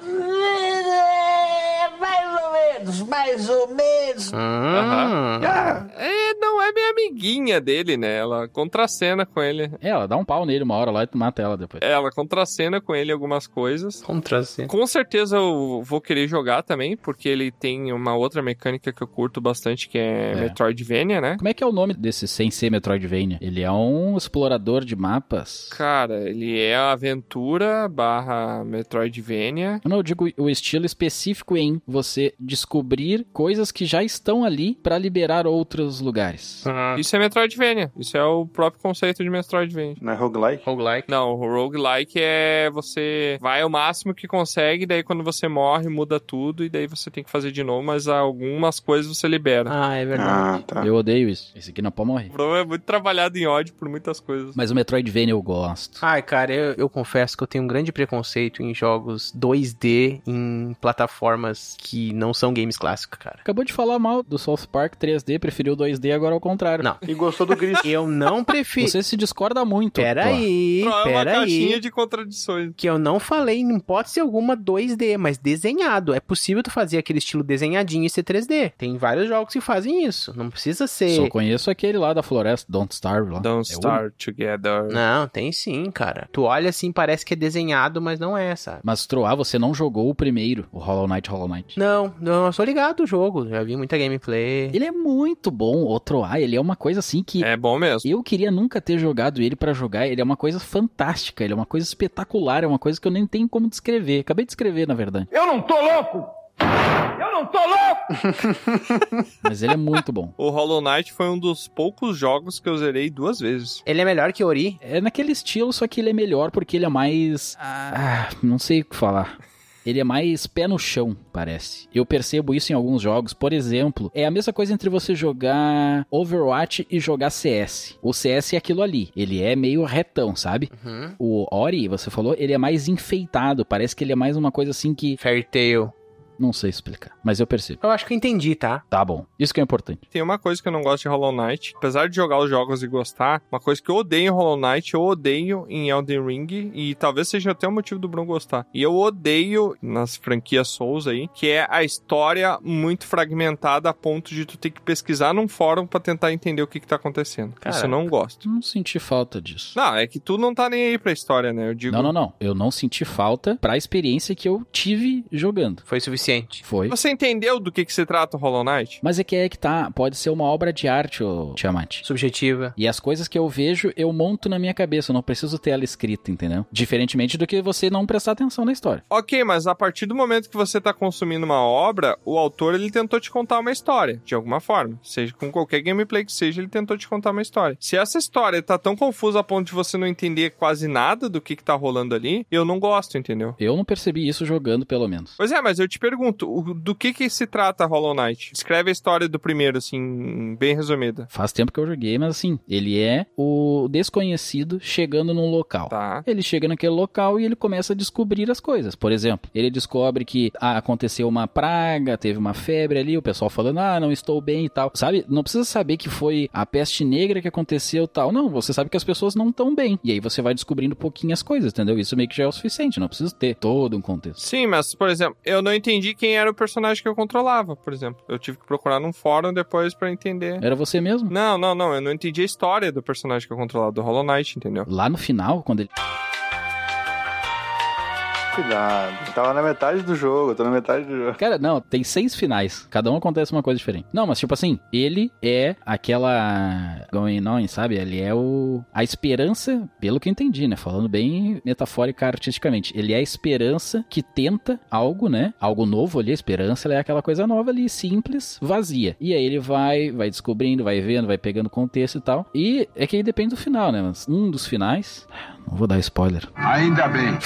Speaker 8: Mais ou menos, mais ou menos.
Speaker 3: Ah.
Speaker 1: Aham. É, não é minha amiguinha dele, né? Ela contracena com ele.
Speaker 5: É, ela dá um pau nele uma hora lá e tu mata ela depois.
Speaker 1: Ela contracena com ele algumas coisas.
Speaker 3: Contracena.
Speaker 1: Com certeza eu vou querer jogar também, porque ele tem uma outra mecânica que eu curto bastante, que é, Metroidvania, né?
Speaker 5: Como é que é o nome desse sem ser Metroidvania? Ele é um explorador de mapas.
Speaker 1: Cara, ele é aventura barra Metroidvania.
Speaker 5: Eu não digo o estilo específico em você descobrir coisas que já estão ali pra liberar outros lugares.
Speaker 1: Isso é Metroidvania. Isso é o próprio conceito de Metroidvania.
Speaker 2: Não é roguelike?
Speaker 3: Roguelike.
Speaker 1: Não, o roguelike é você vai ao máximo que consegue, daí quando você morre, muda tudo, e daí você tem que fazer de novo, mas algumas coisas você libera.
Speaker 3: Ah, é
Speaker 2: verdade.
Speaker 5: Eu odeio isso. Esse aqui não pode morrer.
Speaker 1: O problema é muito trabalhado em ódio por muitas coisas.
Speaker 5: Mas o Metroidvania eu gosto.
Speaker 3: Ai, cara, eu, eu confesso que eu tenho um grande preconceito em jogos 2D em plataformas que não são games clássicos, cara.
Speaker 5: Acabou de falar mal do South Park 3D, preferiu 2D, agora é o contrário.
Speaker 3: Não.
Speaker 2: E gostou do Gris.
Speaker 3: Eu não prefiro.
Speaker 5: Você se discorda muito.
Speaker 3: Peraí,
Speaker 1: Não, é uma caixinha
Speaker 3: peraí.
Speaker 1: de contradições.
Speaker 3: Que eu não falei, em hipótese alguma, 2D, mas desenhado. É possível tu fazer aquele estilo desenhadinho e ser 3D. Tem vários jogos que fazem isso. Não precisa ser.
Speaker 5: Só conheço aquele lá da floresta, Don't Starve lá.
Speaker 1: Don't
Speaker 5: É o
Speaker 1: start together.
Speaker 3: Não, tem sim, cara. Tu olha assim, parece que é desenhado, mas não é, sabe?
Speaker 5: Mas Troá, você não jogou o primeiro, o Hollow Knight Hollow Knight.
Speaker 3: Não, não, eu sou ligado o jogo. Já vi muita gameplay.
Speaker 5: Ele é muito bom, o Troá, ele é uma coisa assim que
Speaker 1: É bom mesmo.
Speaker 5: eu queria nunca ter jogado ele pra jogar, ele é uma coisa fantástica, ele é uma coisa espetacular, é uma coisa que eu nem tenho como descrever. Acabei de escrever, na verdade.
Speaker 9: Eu não tô louco! Eu não tô louco!
Speaker 5: Mas ele é muito bom.
Speaker 1: O Hollow Knight foi um dos poucos jogos que eu zerei duas vezes.
Speaker 3: Ele é melhor que Ori?
Speaker 5: É naquele estilo, só que ele é melhor porque ele é mais. Ah, não sei o que falar. Ele é mais pé no chão, parece. Eu percebo isso em alguns jogos. Por exemplo, é a mesma coisa entre você jogar Overwatch e jogar CS. O CS é aquilo ali. Ele é meio retão, sabe?
Speaker 3: Uhum.
Speaker 5: O Ori, você falou, ele é mais enfeitado. Parece que ele é mais uma coisa assim que.
Speaker 3: Fairy Tail.
Speaker 5: Não sei explicar, mas eu percebo.
Speaker 3: Eu acho que eu entendi, tá?
Speaker 5: Tá bom. Isso que é importante.
Speaker 1: Tem uma coisa que eu não gosto de Hollow Knight. Apesar de jogar os jogos e gostar, uma coisa que eu odeio em Hollow Knight, eu odeio em Elden Ring, e talvez seja até o motivo do Bruno gostar. E eu odeio nas franquias Souls aí, que é a história muito fragmentada a ponto de tu ter que pesquisar num fórum pra tentar entender o que que tá acontecendo. Isso eu não gosto.
Speaker 5: Não senti falta disso.
Speaker 1: Não, é que tu não tá nem aí pra história, né? Eu digo...
Speaker 5: Não, não, não. Eu não senti falta pra experiência que eu tive jogando.
Speaker 3: Foi suficiente.
Speaker 5: Foi.
Speaker 1: Você entendeu do que que se trata o Hollow Knight?
Speaker 5: Mas é que é que tá. Pode ser uma obra de arte, ô Tiamat.
Speaker 3: Subjetiva.
Speaker 5: E as coisas que eu vejo, eu monto na minha cabeça. Eu não preciso ter ela escrita, entendeu? Diferentemente do que você não prestar atenção na história.
Speaker 1: Ok, mas a partir do momento que você tá consumindo uma obra, o autor ele tentou te contar uma história, de alguma forma. Seja com qualquer gameplay que seja, ele tentou te contar uma história. Se essa história tá tão confusa a ponto de você não entender quase nada do que, que tá rolando ali, eu não gosto, entendeu?
Speaker 5: Eu não percebi isso jogando, pelo menos.
Speaker 1: Pois é, mas eu te pergunto, o- do que que se trata Hollow Knight? Escreve a história do primeiro, assim, bem resumida.
Speaker 5: Faz tempo que eu joguei, mas assim, ele é o desconhecido chegando num local.
Speaker 1: Tá.
Speaker 5: Ele chega naquele local e ele começa a descobrir as coisas. Por exemplo, ele descobre que ah, aconteceu uma praga, teve uma febre ali, o pessoal falando, ah, não estou bem e tal. Sabe? Não precisa saber que foi a peste negra que aconteceu e tal. Não, você sabe que as pessoas não estão bem. E aí você vai descobrindo pouquinhas coisas, entendeu? Isso meio que já é o suficiente. Não precisa ter todo um contexto.
Speaker 1: Sim, mas, por exemplo, eu não entendi quem era o personagem que eu controlava, por exemplo. Eu tive que procurar num fórum depois pra entender.
Speaker 5: Era você mesmo?
Speaker 1: Não, não, não, eu não entendi a história do personagem que eu controlava, do Hollow Knight, entendeu?
Speaker 5: Lá no final, quando ele.
Speaker 2: Cuidado. Tava na metade do jogo, tô na metade do jogo.
Speaker 5: Cara, não, tem seis finais. Cada um acontece uma coisa diferente. Não, mas tipo assim, ele é aquela. Going on, sabe? Ele é o. A esperança, pelo que eu entendi, né? Falando bem metafórica artisticamente. Ele é a esperança que tenta algo, né? Algo novo ali. A esperança ela é aquela coisa nova ali, simples, vazia. E aí ele vai, vai descobrindo, vai vendo, vai pegando contexto e tal. E é que aí depende do final, né? Mas um dos finais. Não vou dar spoiler.
Speaker 9: Ainda bem.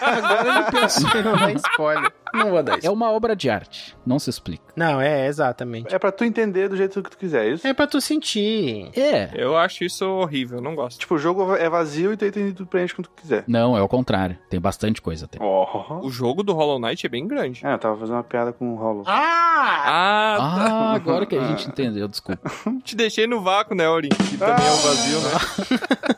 Speaker 3: Agora ele pensou em não dar spoiler. Não vou dar
Speaker 5: É
Speaker 3: spoiler.
Speaker 5: uma obra de arte. Não se explica.
Speaker 3: Não, é, exatamente.
Speaker 2: É pra tu entender do jeito que tu quiser, é isso?
Speaker 3: É pra tu sentir.
Speaker 5: É.
Speaker 1: Eu acho isso horrível, não gosto.
Speaker 2: Tipo, o jogo é vazio e tu entende tu preenche quando tu quiser.
Speaker 5: Não, é o contrário. Tem bastante coisa até.
Speaker 2: Oh.
Speaker 1: Tipo, O jogo do Hollow Knight é bem grande.
Speaker 2: É, eu tava fazendo uma piada com o Hollow.
Speaker 3: Ah!
Speaker 1: Ah,
Speaker 5: Ah, agora que a gente entendeu, desculpa.
Speaker 1: te deixei no vácuo, né, Ori? Que também é um vazio, né?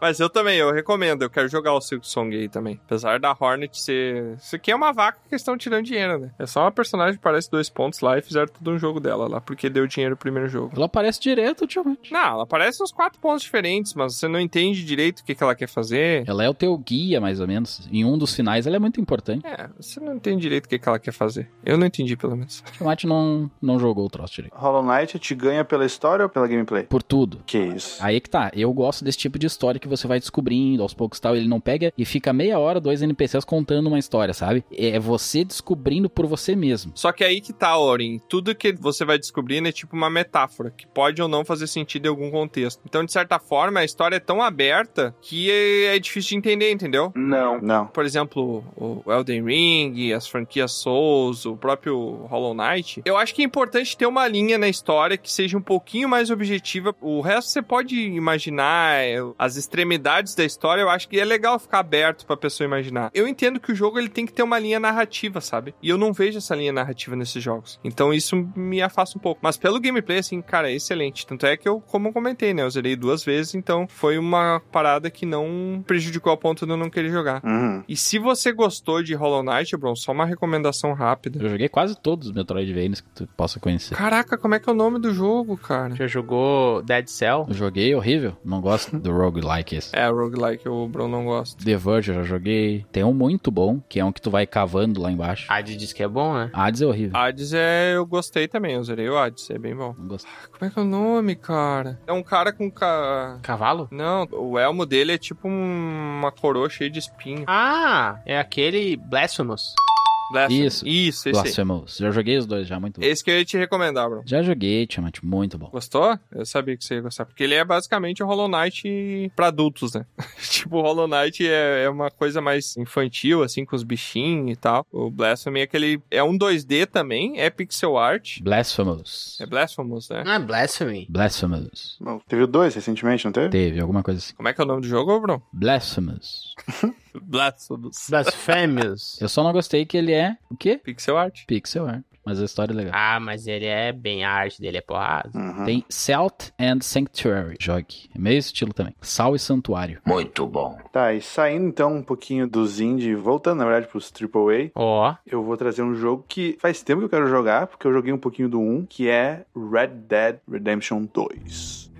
Speaker 1: Mas eu também, eu recomendo. Eu quero jogar o Silk Song aí também. Apesar da Hornet ser. Isso aqui é uma vaca que estão tirando dinheiro, né? É só uma personagem que parece dois pontos lá e fizeram tudo um jogo dela lá, porque deu dinheiro no primeiro jogo.
Speaker 5: Ela aparece direto, ultimamente.
Speaker 1: Não, ela parece uns quatro pontos diferentes, mas você não entende direito o que, que ela quer fazer.
Speaker 5: Ela é o teu guia, mais ou menos. Em um dos finais, ela é muito importante.
Speaker 1: É, você não entende direito o que, que ela quer fazer. Eu não entendi, pelo menos.
Speaker 5: O Tiamat não, não jogou o troço direito.
Speaker 2: Hollow Knight te ganha pela história ou pela gameplay?
Speaker 5: Por tudo.
Speaker 2: Que isso.
Speaker 5: Aí que tá, eu gosto desse tipo de história que você vai descobrindo aos poucos e tal. Ele não pega e fica meia hora, dois NPCs contando uma história, sabe? É você descobrindo por você mesmo.
Speaker 1: Só que aí que tá, Orin. Tudo que você vai descobrindo é tipo uma metáfora, que pode ou não fazer sentido em algum contexto. Então, de certa forma, a história é tão aberta que é é difícil de entender, entendeu?
Speaker 9: Não.
Speaker 2: Não.
Speaker 1: Por exemplo, o Elden Ring, as franquias Souls, o próprio Hollow Knight. Eu acho que é importante ter uma linha na história que seja um pouquinho mais objetiva. O resto você pode imaginar é, as extremidades da história, eu acho que é legal ficar aberto pra pessoa imaginar. Eu entendo que o jogo ele tem que ter uma linha narrativa, sabe? E eu não vejo essa linha narrativa nesses jogos. Então isso me afasta um pouco. Mas pelo gameplay, assim, cara, é excelente. Tanto é que eu, como eu comentei, né? Eu zerei duas vezes, então foi uma parada que não prejudicou a ponto de eu não querer jogar.
Speaker 2: Uhum.
Speaker 1: E se você gostou de Hollow Knight, Bron, só uma recomendação rápida.
Speaker 5: Eu joguei quase todos os Metroidvanias que tu possa conhecer.
Speaker 1: Caraca, como é que é o nome do jogo, cara?
Speaker 3: Já jogou Dead Cell?
Speaker 5: Eu joguei horrível. Não gosto do roguelike esse.
Speaker 1: É, roguelike o Bron não gosta.
Speaker 5: The Verge eu já joguei. Tem um muito bom, que é um que tu vai cavando lá embaixo.
Speaker 3: Hades diz que é bom, né?
Speaker 5: Hades é horrível.
Speaker 1: Hades é... Eu gostei também, eu zerei o Hades, é bem bom.
Speaker 5: Não gosto.
Speaker 1: Como é que é o nome, cara? É um cara com... Ca...
Speaker 3: Cavalo?
Speaker 1: Não, o elmo dele é tipo um- uma coroa cheia de espinho.
Speaker 3: Ah, é aquele Blasphemous.
Speaker 1: Blasphemy.
Speaker 5: Isso.
Speaker 1: Isso, esse aí.
Speaker 5: Blasphemous. Já joguei os dois já, muito bom.
Speaker 1: Esse que eu ia te recomendar, Bron.
Speaker 5: Já joguei, Tiamat, muito bom.
Speaker 1: Gostou? Eu sabia que você ia gostar. Porque ele é basicamente o Hollow Knight pra adultos, né? tipo, o Hollow Knight é, é uma coisa mais infantil, assim, com os bichinhos e tal. O Blasphemy é aquele. É um 2D também, é pixel art.
Speaker 5: Blasphemous.
Speaker 1: É Blasphemous, né?
Speaker 3: Ah, Blasphemy.
Speaker 5: Blasphemous.
Speaker 2: Bom, teve o dois recentemente, não teve?
Speaker 5: Teve alguma coisa assim.
Speaker 1: Como é que é o nome do jogo, Bruno?
Speaker 5: Blasphemous.
Speaker 1: Blasphemous.
Speaker 3: Blasphemous.
Speaker 5: Eu só não gostei que ele é o quê?
Speaker 1: Pixel art.
Speaker 5: Pixel art. Mas a história é legal.
Speaker 3: ah, mas ele é bem... A arte dele é porrada.
Speaker 2: Uhum.
Speaker 5: Tem Celt and Sanctuary. Jogue. É meio estilo também. Sal e Santuário.
Speaker 10: Muito bom.
Speaker 2: Tá, e saindo então um pouquinho dos indie, voltando na verdade pros AAA,
Speaker 3: Ó,
Speaker 2: eu vou trazer um jogo que faz tempo que eu quero jogar, porque eu joguei um pouquinho do 1, que é Red Dead Redemption 2.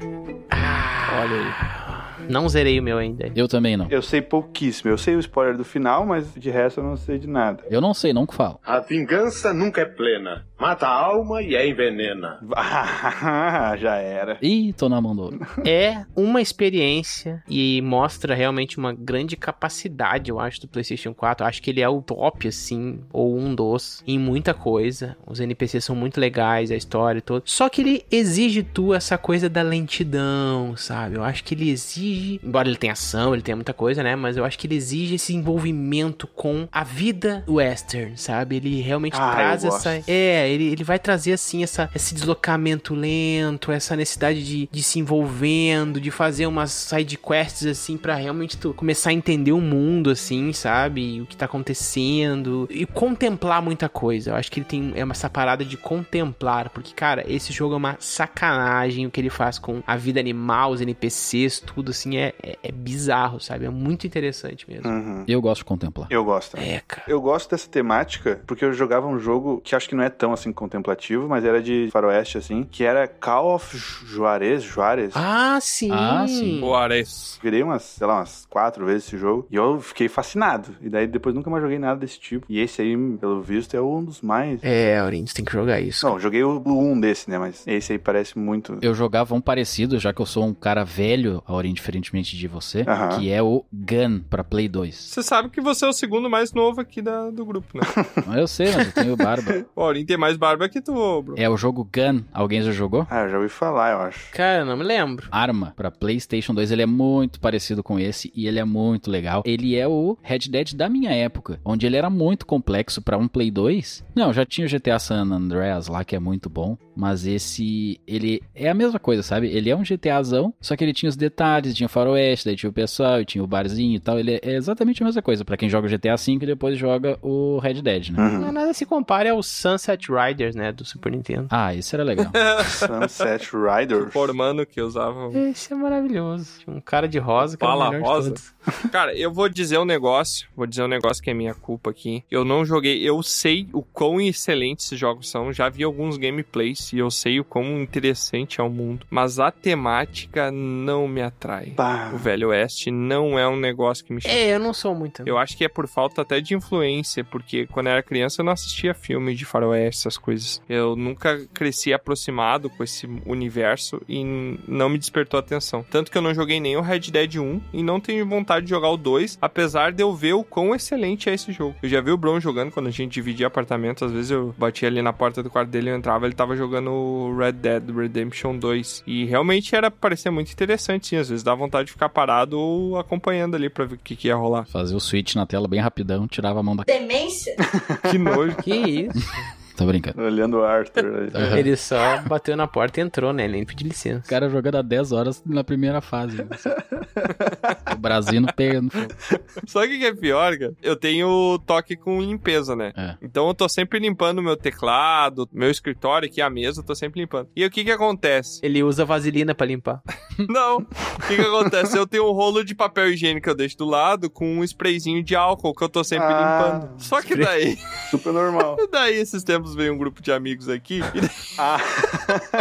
Speaker 5: Olha aí.
Speaker 3: não zerei o meu ainda.
Speaker 5: Eu também não.
Speaker 2: Eu sei pouquíssimo, eu sei o spoiler do final, mas de resto eu não sei de nada.
Speaker 5: Eu não sei, não que falo.
Speaker 9: A vingança nunca é plena. Mata a alma e a envenena.
Speaker 2: Ah, já era.
Speaker 5: Ih, tô na mão do outro.
Speaker 3: É uma experiência e mostra realmente uma grande capacidade, eu acho, do PlayStation 4. Eu acho que ele é o top, assim, ou um dos, em muita coisa. Os NPCs são muito legais, a história e tudo. Só que ele exige tu essa coisa da lentidão, sabe? Eu acho que ele exige. Embora ele tenha ação, ele tenha muita coisa, né? Mas eu acho que ele exige esse envolvimento com a vida western, sabe? Ele realmente
Speaker 2: Ah, eu
Speaker 3: traz
Speaker 2: gosto.
Speaker 3: essa. É, ele, ele vai trazer assim essa, esse deslocamento lento, essa necessidade de, de se envolvendo, de fazer umas side quests assim pra realmente tu começar a entender o mundo assim, sabe? E o que tá acontecendo e contemplar muita coisa. Eu acho que ele tem é uma essa parada de contemplar, porque cara, esse jogo é uma sacanagem o que ele faz com a vida animal, os NPCs, tudo assim é, é, é bizarro, sabe? É muito interessante mesmo.
Speaker 2: Uhum.
Speaker 5: Eu gosto de contemplar.
Speaker 2: Eu gosto. também.
Speaker 3: É, cara.
Speaker 2: Eu gosto dessa temática porque eu jogava um jogo que acho que não é tão assim contemplativo, mas era de faroeste assim, que era Call of Juarez, Juarez.
Speaker 3: Ah, sim.
Speaker 5: Ah, sim.
Speaker 1: O Ares.
Speaker 2: Virei umas, sei lá, umas quatro vezes esse jogo e eu fiquei fascinado. E daí depois nunca mais joguei nada desse tipo. E esse aí, pelo visto, é um dos mais.
Speaker 3: É, Aurinho, você tem que jogar isso.
Speaker 2: Não, joguei o o um desse, né? Mas esse aí parece muito.
Speaker 5: Eu jogava um parecido, já que eu sou um cara velho, Aurinho, diferentemente de você,
Speaker 2: Aham.
Speaker 5: que é o Gun pra Play 2.
Speaker 1: Você sabe que você é o segundo mais novo aqui da, do grupo, né?
Speaker 5: Mas eu sei, mas eu tenho barba.
Speaker 1: o Aurim tem mais barba que tu, Bruno.
Speaker 5: É o jogo Gun. Alguém já jogou?
Speaker 2: Ah, eu já ouvi falar, eu acho.
Speaker 3: Cara, eu não me lembro.
Speaker 5: Arma pra PlayStation 2, ele é muito parecido com esse e ele é muito legal. Ele é o Red Dead da minha época, onde ele era muito complexo pra um Play 2. Não, já tinha o GTA San Andreas lá que é muito bom, mas esse ele é a mesma coisa, sabe? Ele é um GTAzão, só que ele tinha os detalhes, tinha o faroeste, daí tinha o pessoal, e tinha o barzinho e tal. Ele é exatamente a mesma coisa pra quem joga o GTA V e depois joga o Red Dead, né?
Speaker 2: Uhum.
Speaker 3: Mas é nada se compara ao Sunset Riders, né, do Super Nintendo.
Speaker 5: Ah, esse era legal.
Speaker 2: Sunset Riders.
Speaker 1: Formando que usava.
Speaker 3: Esse é maravilhoso. Tinha um cara de rosa que era o
Speaker 1: Fala,
Speaker 3: melhor
Speaker 1: rosa.
Speaker 3: de todos.
Speaker 1: Cara, eu vou dizer um negócio. Vou dizer um negócio que é minha culpa aqui. Eu não joguei. Eu sei o quão excelentes esses jogos são. Já vi alguns gameplays e eu sei o quão interessante é o mundo. Mas a temática não me
Speaker 3: Tá.
Speaker 1: atrai.
Speaker 2: Pá.
Speaker 1: O Velho Oeste não é um negócio que me chama.
Speaker 3: É, eu não sou muito.
Speaker 1: Eu acho que é por falta até de influência, porque quando eu era criança eu não assistia filme de faroeste, essas coisas. Eu nunca cresci aproximado com esse universo e n- não me despertou atenção. Tanto que eu não joguei nem o Red Dead 1 e não tenho vontade de jogar o 2, apesar de eu ver o quão excelente é esse jogo. Eu já vi o Bron jogando quando a gente dividia apartamento, às vezes eu batia ali na porta do quarto dele, eu entrava, ele tava jogando o Red Dead Redemption 2. E realmente era parecia muito interessante, sim. Às vezes dá vontade de ficar parado ou acompanhando ali pra ver o que que ia rolar.
Speaker 5: Fazer o switch na tela bem rapidão, tirava a mão da
Speaker 11: Demência?
Speaker 1: Que nojo.
Speaker 3: Que isso?
Speaker 5: Tá brincando.
Speaker 2: Olhando o Arthur.
Speaker 3: Uhum. Ele só bateu na porta e entrou, né? Ele nem pediu licença. O
Speaker 5: cara jogando há 10 horas na primeira fase. né? o Brasil não pegando
Speaker 1: Sabe o que é pior, cara? Eu tenho toque com limpeza, né?
Speaker 5: É.
Speaker 1: Então eu tô sempre limpando meu teclado, meu escritório aqui, a mesa, eu tô sempre limpando. E o que que acontece?
Speaker 3: Ele usa vaselina pra limpar.
Speaker 1: Não. O que que acontece? Eu tenho um rolo de papel higiênico que eu deixo do lado com um sprayzinho de álcool que eu tô sempre
Speaker 2: Ah,
Speaker 1: limpando. Só que
Speaker 2: spray.
Speaker 1: daí...
Speaker 2: Super normal.
Speaker 1: Daí, esses tempos, veio um grupo de amigos aqui e daí
Speaker 2: Ah,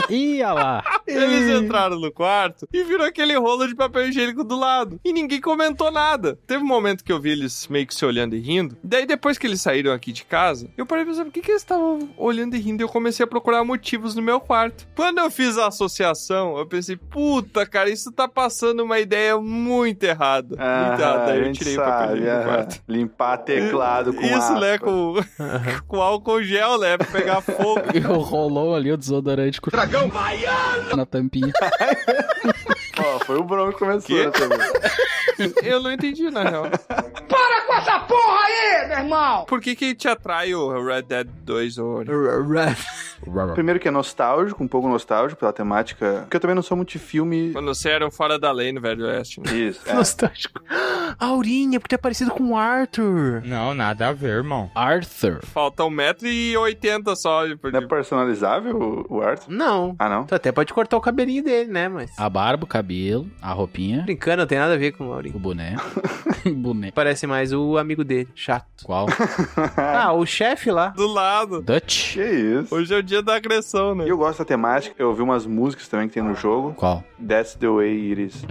Speaker 5: Ih, olha lá.
Speaker 1: eles entraram no quarto e virou aquele rolo de papel higiênico do lado. E ninguém comentou nada. Teve um momento que eu vi eles meio que se olhando e rindo. Daí, depois que eles saíram aqui de casa, eu parei pensando, por que, que eles estavam olhando e rindo? E eu comecei a procurar motivos no meu quarto. Quando eu fiz a associação, eu pensei, puta, cara, isso tá passando uma ideia muito errada. muito errada. Daí
Speaker 2: Ah, a
Speaker 1: eu
Speaker 2: gente
Speaker 1: tirei o papel higiênico do
Speaker 2: aham.
Speaker 1: quarto.
Speaker 2: Limpar teclado com
Speaker 1: Isso, né,
Speaker 2: aspa.
Speaker 1: com, com álcool gel, né, pra pegar fogo.
Speaker 5: E rolou ali o desodorante com
Speaker 9: Dragão
Speaker 5: na tampinha.
Speaker 2: Ó, foi o Bronco que começou né, também.
Speaker 1: Eu não entendi, na real.
Speaker 11: Para com essa porra aí, meu irmão!
Speaker 1: Por que que te atrai o Red Dead 2 ou...
Speaker 2: Primeiro que é nostálgico, um pouco nostálgico pela temática. Porque eu também não sou muito de filme.
Speaker 1: Quando você era um fora da lei no Velho Oeste, né?
Speaker 2: Isso. é.
Speaker 3: Nostálgico. A Aurinha, porque tu é parecido com o Arthur.
Speaker 13: Não, nada a ver, irmão.
Speaker 5: Arthur.
Speaker 1: Falta 1,80m só. tipo,
Speaker 2: Não é personalizável o- o Arthur?
Speaker 3: Não.
Speaker 2: Ah,
Speaker 1: Então,
Speaker 2: não?
Speaker 3: Tu até pode cortar o cabelinho dele, né? Mas.
Speaker 5: A barba, o cabelo, a roupinha,
Speaker 3: Brincando, não tem nada a ver com o Aurinha.
Speaker 5: o boné. O boné.
Speaker 3: Parece mais o amigo dele, chato.
Speaker 5: Qual?
Speaker 1: É.
Speaker 3: Ah, o chefe lá.
Speaker 1: Do lado.
Speaker 5: Dutch?
Speaker 2: Que isso.
Speaker 1: Hoje é o dia da agressão, né?
Speaker 2: E eu gosto da temática. Eu ouvi umas músicas também que tem no jogo.
Speaker 5: Qual?
Speaker 2: That's the way it is.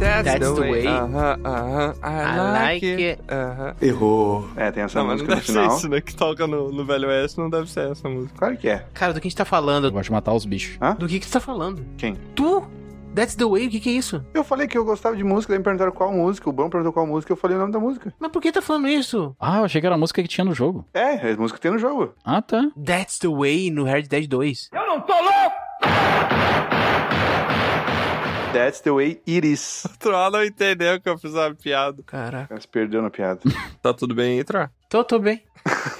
Speaker 1: That's,
Speaker 3: the way.
Speaker 1: Aham, aham. I, like, it. Aham.
Speaker 2: Errou. É, tem essa
Speaker 1: Não, mas não
Speaker 2: música no
Speaker 1: deve ser
Speaker 2: final.
Speaker 1: isso, né? Que toca no, no Velho Oeste, não deve ser essa música.
Speaker 2: Claro que é.
Speaker 3: Cara, do que a gente tá falando?
Speaker 5: Eu gosto de matar os bichos.
Speaker 3: Do que que tu tá falando?
Speaker 2: Quem?
Speaker 3: Tu? That's the way? O que que é isso?
Speaker 2: Eu falei que eu gostava de música, daí me perguntaram qual música. O Bron perguntou qual música, eu falei o nome da música.
Speaker 3: Mas por que tá falando isso?
Speaker 5: Ah, eu achei que era a música que tinha no jogo.
Speaker 2: É, é a música que tem no jogo.
Speaker 5: Ah, tá.
Speaker 3: That's the way no Red Dead 2.
Speaker 2: That's the way it is.
Speaker 1: O Troá não entendeu que eu fiz uma piada.
Speaker 3: Caraca.
Speaker 2: Ela se perdeu na piada.
Speaker 1: Tá tudo bem aí, Troá?
Speaker 3: Tô, tô bem.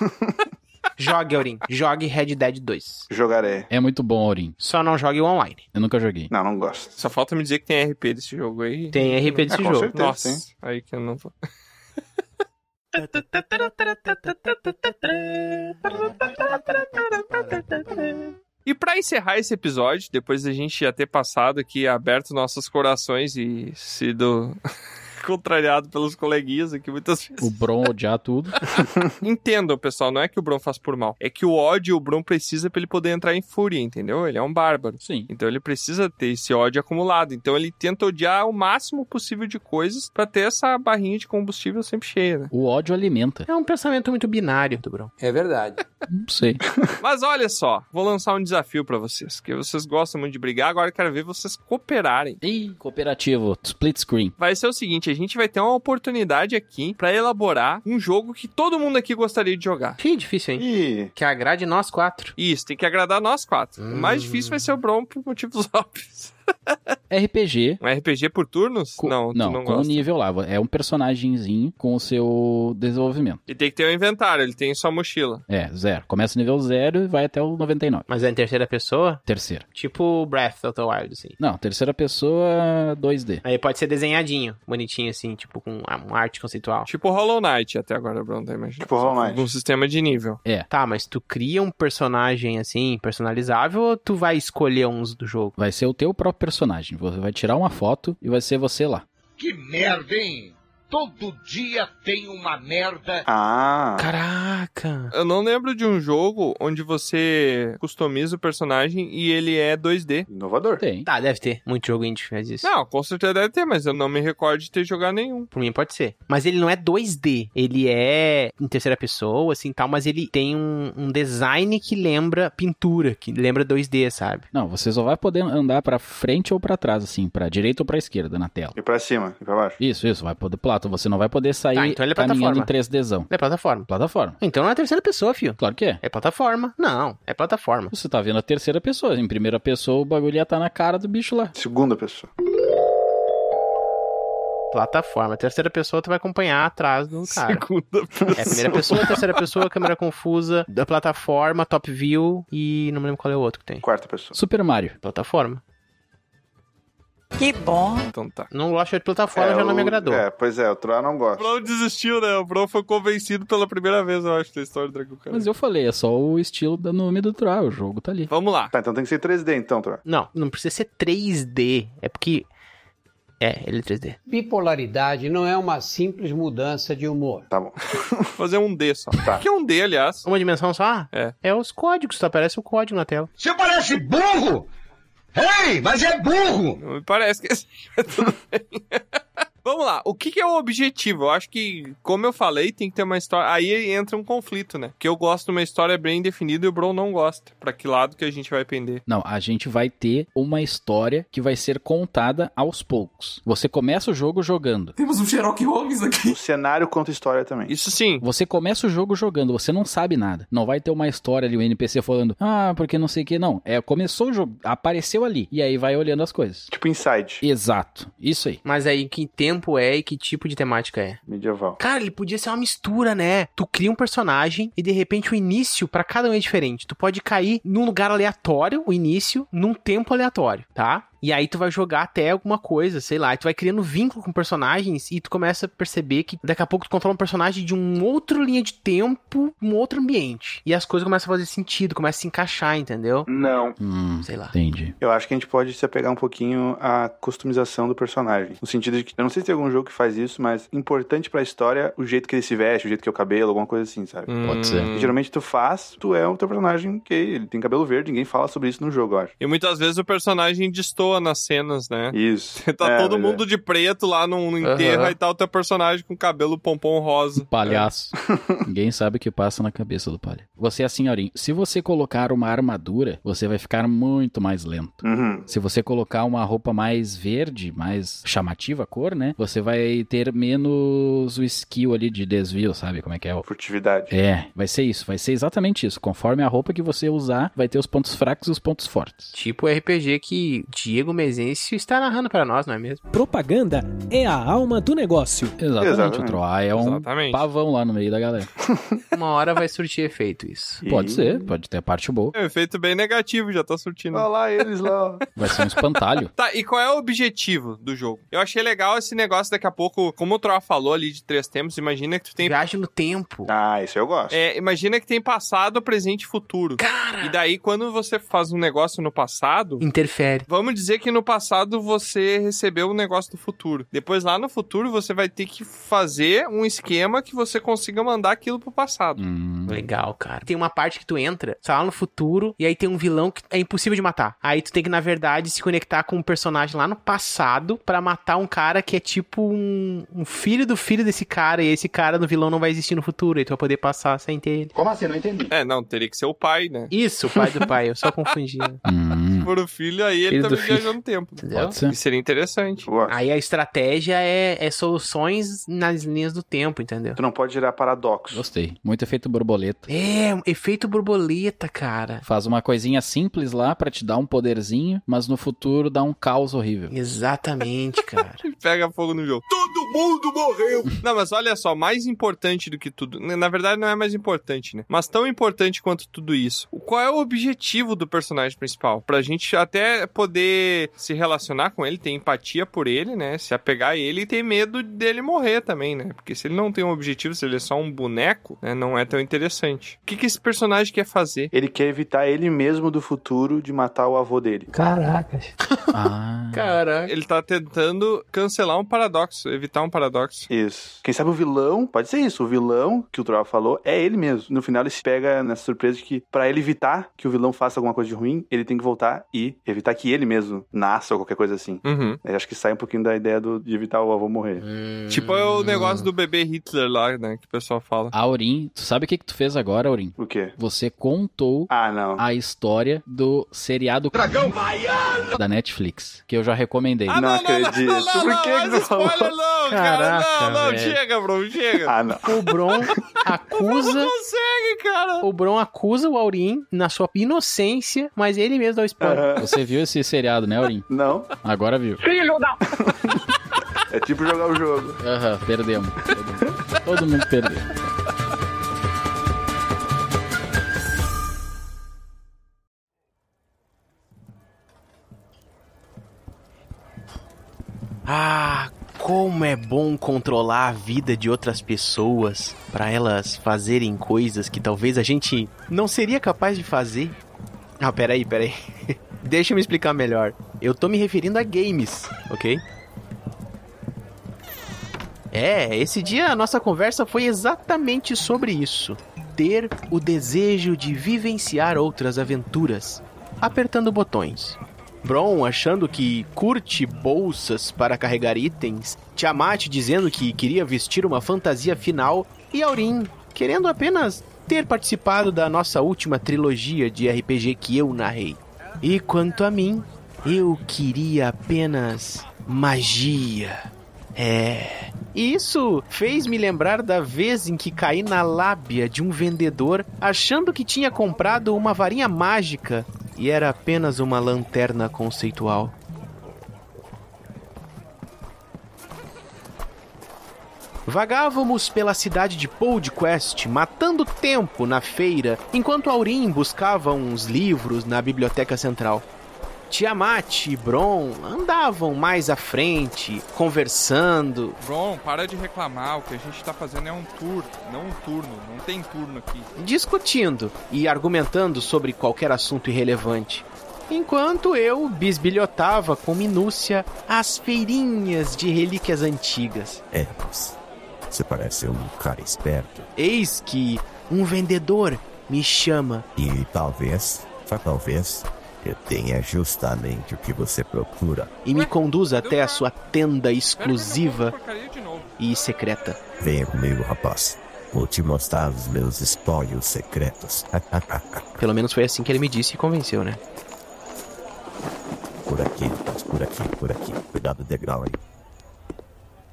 Speaker 3: jogue, Aurim. Jogue Red Dead 2.
Speaker 2: Jogaré.
Speaker 5: É muito bom, Aurim.
Speaker 3: Só não jogue o online.
Speaker 5: Eu nunca joguei.
Speaker 2: Não, não gosto.
Speaker 1: Só falta me dizer que tem RP desse jogo aí.
Speaker 3: Tem RP desse
Speaker 2: Ah, com
Speaker 3: jogo.
Speaker 2: certeza.
Speaker 1: Nossa,
Speaker 2: tem.
Speaker 1: aí que eu não vou. E pra encerrar esse episódio, depois da gente já ter passado aqui aberto nossos corações e sido contrariado pelos coleguinhas aqui muitas vezes.
Speaker 5: O Bron odiar tudo.
Speaker 1: Entendam, pessoal, não é que o Bron faz por mal, é que o ódio o Bron precisa pra ele poder entrar em fúria, entendeu? Ele é um bárbaro.
Speaker 5: Sim.
Speaker 1: Então ele precisa ter esse ódio acumulado. Então ele tenta odiar o máximo possível de coisas pra ter essa barrinha de combustível sempre cheia, né?
Speaker 5: O ódio alimenta.
Speaker 3: É um pensamento muito binário do Bruno.
Speaker 13: É verdade.
Speaker 5: Não sei.
Speaker 1: Mas olha só, vou lançar um desafio pra vocês, que vocês gostam muito de brigar, agora eu quero ver vocês cooperarem.
Speaker 5: Ih, cooperativo. Split screen.
Speaker 1: Vai ser o seguinte, a gente vai ter uma oportunidade aqui pra elaborar um jogo que todo mundo aqui gostaria de jogar.
Speaker 3: Que difícil, hein?
Speaker 2: Ih,
Speaker 3: Que agrade nós quatro.
Speaker 1: Isso, tem que agradar nós quatro. O mais
Speaker 3: Hum.
Speaker 1: difícil vai ser o Bron por motivos óbvios.
Speaker 5: RPG.
Speaker 1: Um RPG por turnos?
Speaker 5: Co-
Speaker 1: não, tu não
Speaker 5: com o
Speaker 1: gosta.
Speaker 5: nível lá. É um personagemzinho com o seu desenvolvimento.
Speaker 1: E tem que ter um inventário, ele tem sua mochila.
Speaker 5: É, zero. Começa no nível zero e vai até o 99.
Speaker 3: Mas é em terceira pessoa?
Speaker 5: Terceira.
Speaker 3: Tipo Breath of the Wild, assim.
Speaker 5: Não, terceira pessoa 2D.
Speaker 3: Aí pode ser desenhadinho, bonitinho, assim, tipo com uma arte conceitual.
Speaker 1: Tipo Hollow Knight até agora, Bron, tá imaginando?
Speaker 2: Tipo Hollow
Speaker 1: Só
Speaker 2: Knight.
Speaker 1: Um sistema de nível.
Speaker 3: Tá, mas tu cria um personagem, assim, personalizável ou tu vai escolher uns do jogo?
Speaker 5: Vai ser o teu próprio personagem. Você vai tirar uma foto e vai ser você lá.
Speaker 9: Que merda, hein? Todo dia tem uma merda.
Speaker 2: Ah.
Speaker 3: Caraca!
Speaker 1: Eu não lembro de um jogo onde você customiza o personagem e ele é 2D.
Speaker 2: Inovador.
Speaker 5: Tem.
Speaker 3: Tá, deve ter. Muito jogo indie faz isso.
Speaker 1: Não, com certeza deve ter, mas eu não me recordo de ter jogado nenhum.
Speaker 3: Por mim pode ser. Mas ele não é 2D. Ele é em terceira pessoa, assim, tal. Mas ele tem um, um design que lembra pintura, que lembra 2D, sabe?
Speaker 5: Não, você só vai poder andar pra frente ou pra trás, assim, pra direita ou pra esquerda na tela.
Speaker 2: E pra cima, e pra baixo.
Speaker 5: Isso, isso, vai poder pular. Então você não vai poder sair
Speaker 3: Tá, então ele é
Speaker 5: caminhando
Speaker 3: plataforma.
Speaker 5: em 3Dzão.
Speaker 3: É plataforma.
Speaker 5: Plataforma.
Speaker 3: Então não é terceira pessoa, fio.
Speaker 5: Claro que é.
Speaker 3: É plataforma. Não, é plataforma.
Speaker 5: Você tá vendo a terceira pessoa. Em primeira pessoa, o bagulho ia tá na cara do bicho lá.
Speaker 2: Segunda pessoa.
Speaker 3: Plataforma. Terceira pessoa, tu vai acompanhar atrás do cara.
Speaker 1: Segunda
Speaker 3: pessoa. É, primeira pessoa, terceira pessoa, câmera confusa, da plataforma, top view e não me lembro qual é o outro que tem.
Speaker 2: Quarta pessoa.
Speaker 5: Super Mario.
Speaker 3: Plataforma.
Speaker 13: Que bom.
Speaker 1: Então tá.
Speaker 3: Não gosto de plataforma, já não
Speaker 2: o-
Speaker 3: me agradou.
Speaker 2: É, pois é, o Troá não
Speaker 1: O
Speaker 2: gosta.
Speaker 1: Bro desistiu, né? O Bro foi convencido pela primeira vez, eu acho, da história do Dragon Quest.
Speaker 5: Mas eu falei, é só o estilo do nome do Troll, o jogo tá ali.
Speaker 1: Vamos lá.
Speaker 2: Tá, então tem que ser 3D então, Troá.
Speaker 3: Não, não precisa ser 3D. É porque. É, ele é 3D.
Speaker 14: Bipolaridade não é uma simples mudança de humor.
Speaker 2: Tá bom.
Speaker 1: Vou fazer um D só.
Speaker 2: Tá.
Speaker 1: O que é um D, aliás?
Speaker 3: Uma dimensão só?
Speaker 1: É.
Speaker 3: É os códigos, só aparece o código na tela.
Speaker 9: Você parece burro! Ei, mas é burro!
Speaker 1: Não me parece que é assim, mas tudo bem. Vamos lá, o que, que é o objetivo? Eu acho que, como eu falei, tem que ter uma história. Aí entra um conflito, né? Que eu gosto de uma história bem definida e o Bro não gosta. Pra que lado que a gente vai pender?
Speaker 5: Não, a gente vai ter uma história que vai ser contada aos poucos. Você começa o jogo jogando.
Speaker 6: Temos um Sherlock Holmes aqui.
Speaker 2: O cenário conta história também.
Speaker 1: Isso sim.
Speaker 5: Você começa o jogo jogando, você não sabe nada. Não vai ter uma história ali, o NPC falando, ah, porque não sei o que, não. É, começou o jogo, apareceu ali, e aí vai olhando as coisas.
Speaker 2: Tipo Inside,
Speaker 5: Exato, isso aí.
Speaker 3: Mas aí, que tempo é e que tipo de temática é?
Speaker 2: medieval.
Speaker 3: Cara, ele podia ser uma mistura, né? Tu cria um personagem e de repente o início pra cada um é diferente. Tu pode cair num lugar aleatório, o início, num tempo aleatório, tá? E aí tu vai jogar até alguma coisa, sei lá, e tu vai criando vínculo com personagens e tu começa a perceber que daqui a pouco tu controla um personagem de um outro linha de tempo, um outro ambiente. E as coisas começam a fazer sentido, começam a se encaixar, entendeu?
Speaker 2: Não.
Speaker 5: Hum,
Speaker 3: Sei lá.
Speaker 5: entendi.
Speaker 2: Eu acho que a gente pode se apegar um pouquinho à customização do personagem. No sentido de que, eu não sei se tem algum jogo que faz isso, mas importante pra história o jeito que ele se veste, o jeito que é o cabelo, alguma coisa assim, sabe?
Speaker 1: Hum.
Speaker 5: Pode ser.
Speaker 2: E Geralmente tu faz, tu é o teu personagem que ele tem cabelo verde, ninguém fala sobre isso no jogo, eu acho.
Speaker 1: E muitas vezes o personagem destoa nas cenas, né?
Speaker 2: Isso.
Speaker 1: Tá
Speaker 2: É,
Speaker 1: todo
Speaker 2: mas é.
Speaker 1: mundo de preto lá no, no enterro
Speaker 3: Aham.
Speaker 1: e tal, o teu personagem com cabelo pompom rosa.
Speaker 5: Palhaço. Ninguém sabe o que passa na cabeça do palha. Você é assim, Aurinho. Se você colocar uma armadura, você vai ficar muito mais lento.
Speaker 2: Uhum.
Speaker 5: Se você colocar uma roupa mais verde, mais chamativa a cor, né? Você vai ter menos o skill ali de desvio, sabe como é que é? o-
Speaker 2: Furtividade.
Speaker 5: É, vai ser isso, vai ser exatamente isso. Conforme a roupa que você usar, vai ter os pontos fracos e os pontos fortes.
Speaker 3: Tipo o RPG que Diego Mezencio está narrando pra nós, não é mesmo?
Speaker 15: Propaganda é a alma do negócio.
Speaker 5: Exatamente,
Speaker 2: Exatamente.
Speaker 5: o Troá é um
Speaker 1: Exatamente.
Speaker 5: pavão lá no meio da galera.
Speaker 3: Uma hora vai surtir efeito isso.
Speaker 5: Pode
Speaker 2: E-
Speaker 5: ser, pode ter a parte boa.
Speaker 1: É um efeito bem negativo, já tá surtindo.
Speaker 2: Olha lá eles lá. ó.
Speaker 5: Vai ser um espantalho.
Speaker 1: Tá, e qual é o objetivo do jogo? Eu achei legal esse negócio daqui a pouco, como o Troa falou ali de três tempos, imagina que tu tem.
Speaker 3: Viagem no tempo.
Speaker 2: ah, isso eu gosto.
Speaker 1: É, imagina que tem passado, presente e futuro.
Speaker 3: Cara!
Speaker 1: E daí, quando você faz um negócio no passado,
Speaker 3: Interfere.
Speaker 1: vamos dizer que no passado você recebeu um negócio do futuro. Depois, lá no futuro, você vai ter que fazer um esquema que você consiga mandar aquilo pro passado.
Speaker 5: Hum,
Speaker 3: Legal, cara. Tem uma parte que tu entra, tá lá no futuro, e aí tem um vilão que é impossível de matar. Aí tu tem que, na verdade, se conectar com um personagem lá no passado pra matar um cara que é tipo um, um filho do filho desse cara, e esse cara no vilão não vai existir no futuro, e tu vai poder passar sem ter ele.
Speaker 10: Como assim? Não entendi.
Speaker 1: É, não, teria que ser o pai, né?
Speaker 3: Isso, pai do pai, eu só confundi. né?
Speaker 5: hum,
Speaker 1: Por o filho, aí ele
Speaker 3: Filho
Speaker 1: também
Speaker 3: do filho.
Speaker 1: viajando no tempo.
Speaker 3: Entendeu?
Speaker 5: pode ser.
Speaker 1: Isso seria interessante.
Speaker 2: Eu gosto.
Speaker 3: Aí a estratégia é, é soluções nas linhas do tempo, entendeu?
Speaker 2: Tu não pode gerar paradoxo.
Speaker 5: Gostei. Muito efeito borboleta.
Speaker 3: É, um efeito borboleta, cara.
Speaker 5: Faz uma coisinha simples lá pra te dar um poderzinho, mas no futuro dá um caos horrível.
Speaker 3: Exatamente, cara.
Speaker 1: Pega fogo no jogo. Todo mundo morreu! Não, mas olha só, mais importante do que tudo. na- Na verdade, não é mais importante, né? Mas tão importante quanto tudo isso. O- Qual é o objetivo do personagem principal? Pra gente até poder se relacionar com ele, ter empatia por ele, né? Se apegar a ele e ter medo dele morrer também, né? Porque se ele não tem um objetivo, se ele é só um boneco, né? Não é tão interessante. O que, que esse personagem quer fazer?
Speaker 2: Ele quer evitar ele mesmo do futuro de matar o avô dele.
Speaker 14: Caracas.
Speaker 5: Ah,
Speaker 3: Caraca.
Speaker 1: Ele tá tentando cancelar um paradoxo, evitar um paradoxo.
Speaker 2: Isso. Quem sabe o vilão, pode ser isso, o vilão que o Troll falou é ele mesmo. No final ele se pega nessa surpresa de que pra ele evitar que o vilão faça alguma coisa de ruim, ele tem que voltar e evitar que ele mesmo nasça ou qualquer coisa assim.
Speaker 1: Uhum.
Speaker 2: Eu acho que sai um pouquinho da ideia do- de evitar o avô morrer.
Speaker 1: Tipo é
Speaker 3: Hum.
Speaker 1: o negócio do bebê Hitler lá, né? Que o pessoal fala.
Speaker 5: Aurim, tu sabe o que, que tu fez agora, Aurim?
Speaker 2: O quê?
Speaker 5: Você contou
Speaker 2: É. Ah, não.
Speaker 5: a história do seriado
Speaker 9: Dragão Maia!
Speaker 5: da Netflix, que eu já recomendei.
Speaker 2: Ah, não acredito. Por que que
Speaker 1: mais
Speaker 2: tu falou?
Speaker 1: spoiler não, cara.
Speaker 3: Caraca,
Speaker 1: Não, não,
Speaker 3: velho.
Speaker 1: chega, bro, chega.
Speaker 2: Ah, não.
Speaker 3: O Bron
Speaker 1: Não
Speaker 3: acusa.
Speaker 1: consegue, cara.
Speaker 3: O Bron acusa o Aurim na sua inocência, mas ele mesmo dá o spoiler.
Speaker 5: Você viu esse seriado, né, Aurim?
Speaker 2: Não.
Speaker 5: Agora viu.
Speaker 13: Filho da...
Speaker 2: É tipo jogar o jogo.
Speaker 5: Aham, perdemos. Todo, todo mundo perdeu.
Speaker 3: Ah, como é bom controlar a vida de outras pessoas para elas fazerem coisas que talvez a gente não seria capaz de fazer. Ah, peraí, peraí. Deixa eu me explicar melhor. Eu tô me referindo a games, ok? É, esse dia a nossa conversa foi exatamente sobre isso. Ter o desejo de vivenciar outras aventuras, apertando botões. Bron achando que curte bolsas para carregar itens, Tiamat dizendo que queria vestir uma fantasia final e Aurim querendo apenas ter participado da nossa última trilogia de RPG que eu narrei. E quanto a mim, eu queria apenas magia. É. E isso fez me lembrar da vez em que caí na lábia de um vendedor achando que tinha comprado uma varinha mágica e era apenas uma lanterna conceitual. Vagávamos pela cidade de Poldquest, matando tempo na feira, enquanto Aurim buscava uns livros na biblioteca central. Tiamat e Bron andavam mais à frente, conversando.
Speaker 1: Bron, para de reclamar. O que a gente tá fazendo é um tour, não um turno. Não tem turno aqui.
Speaker 3: Discutindo e argumentando sobre qualquer assunto irrelevante. Enquanto eu bisbilhotava com minúcia as feirinhas de relíquias antigas.
Speaker 16: É, pois. Você parece um cara esperto.
Speaker 3: Eis que um vendedor me chama.
Speaker 16: E talvez, só talvez, eu tenha justamente o que você procura.
Speaker 3: E me conduz até a sua tenda exclusiva e secreta.
Speaker 16: Venha comigo, rapaz. Vou te mostrar os meus espólios secretos.
Speaker 3: Pelo menos foi assim que ele me disse e convenceu, né?
Speaker 16: Por aqui, rapaz, por aqui, por aqui. Cuidado do degrau aí.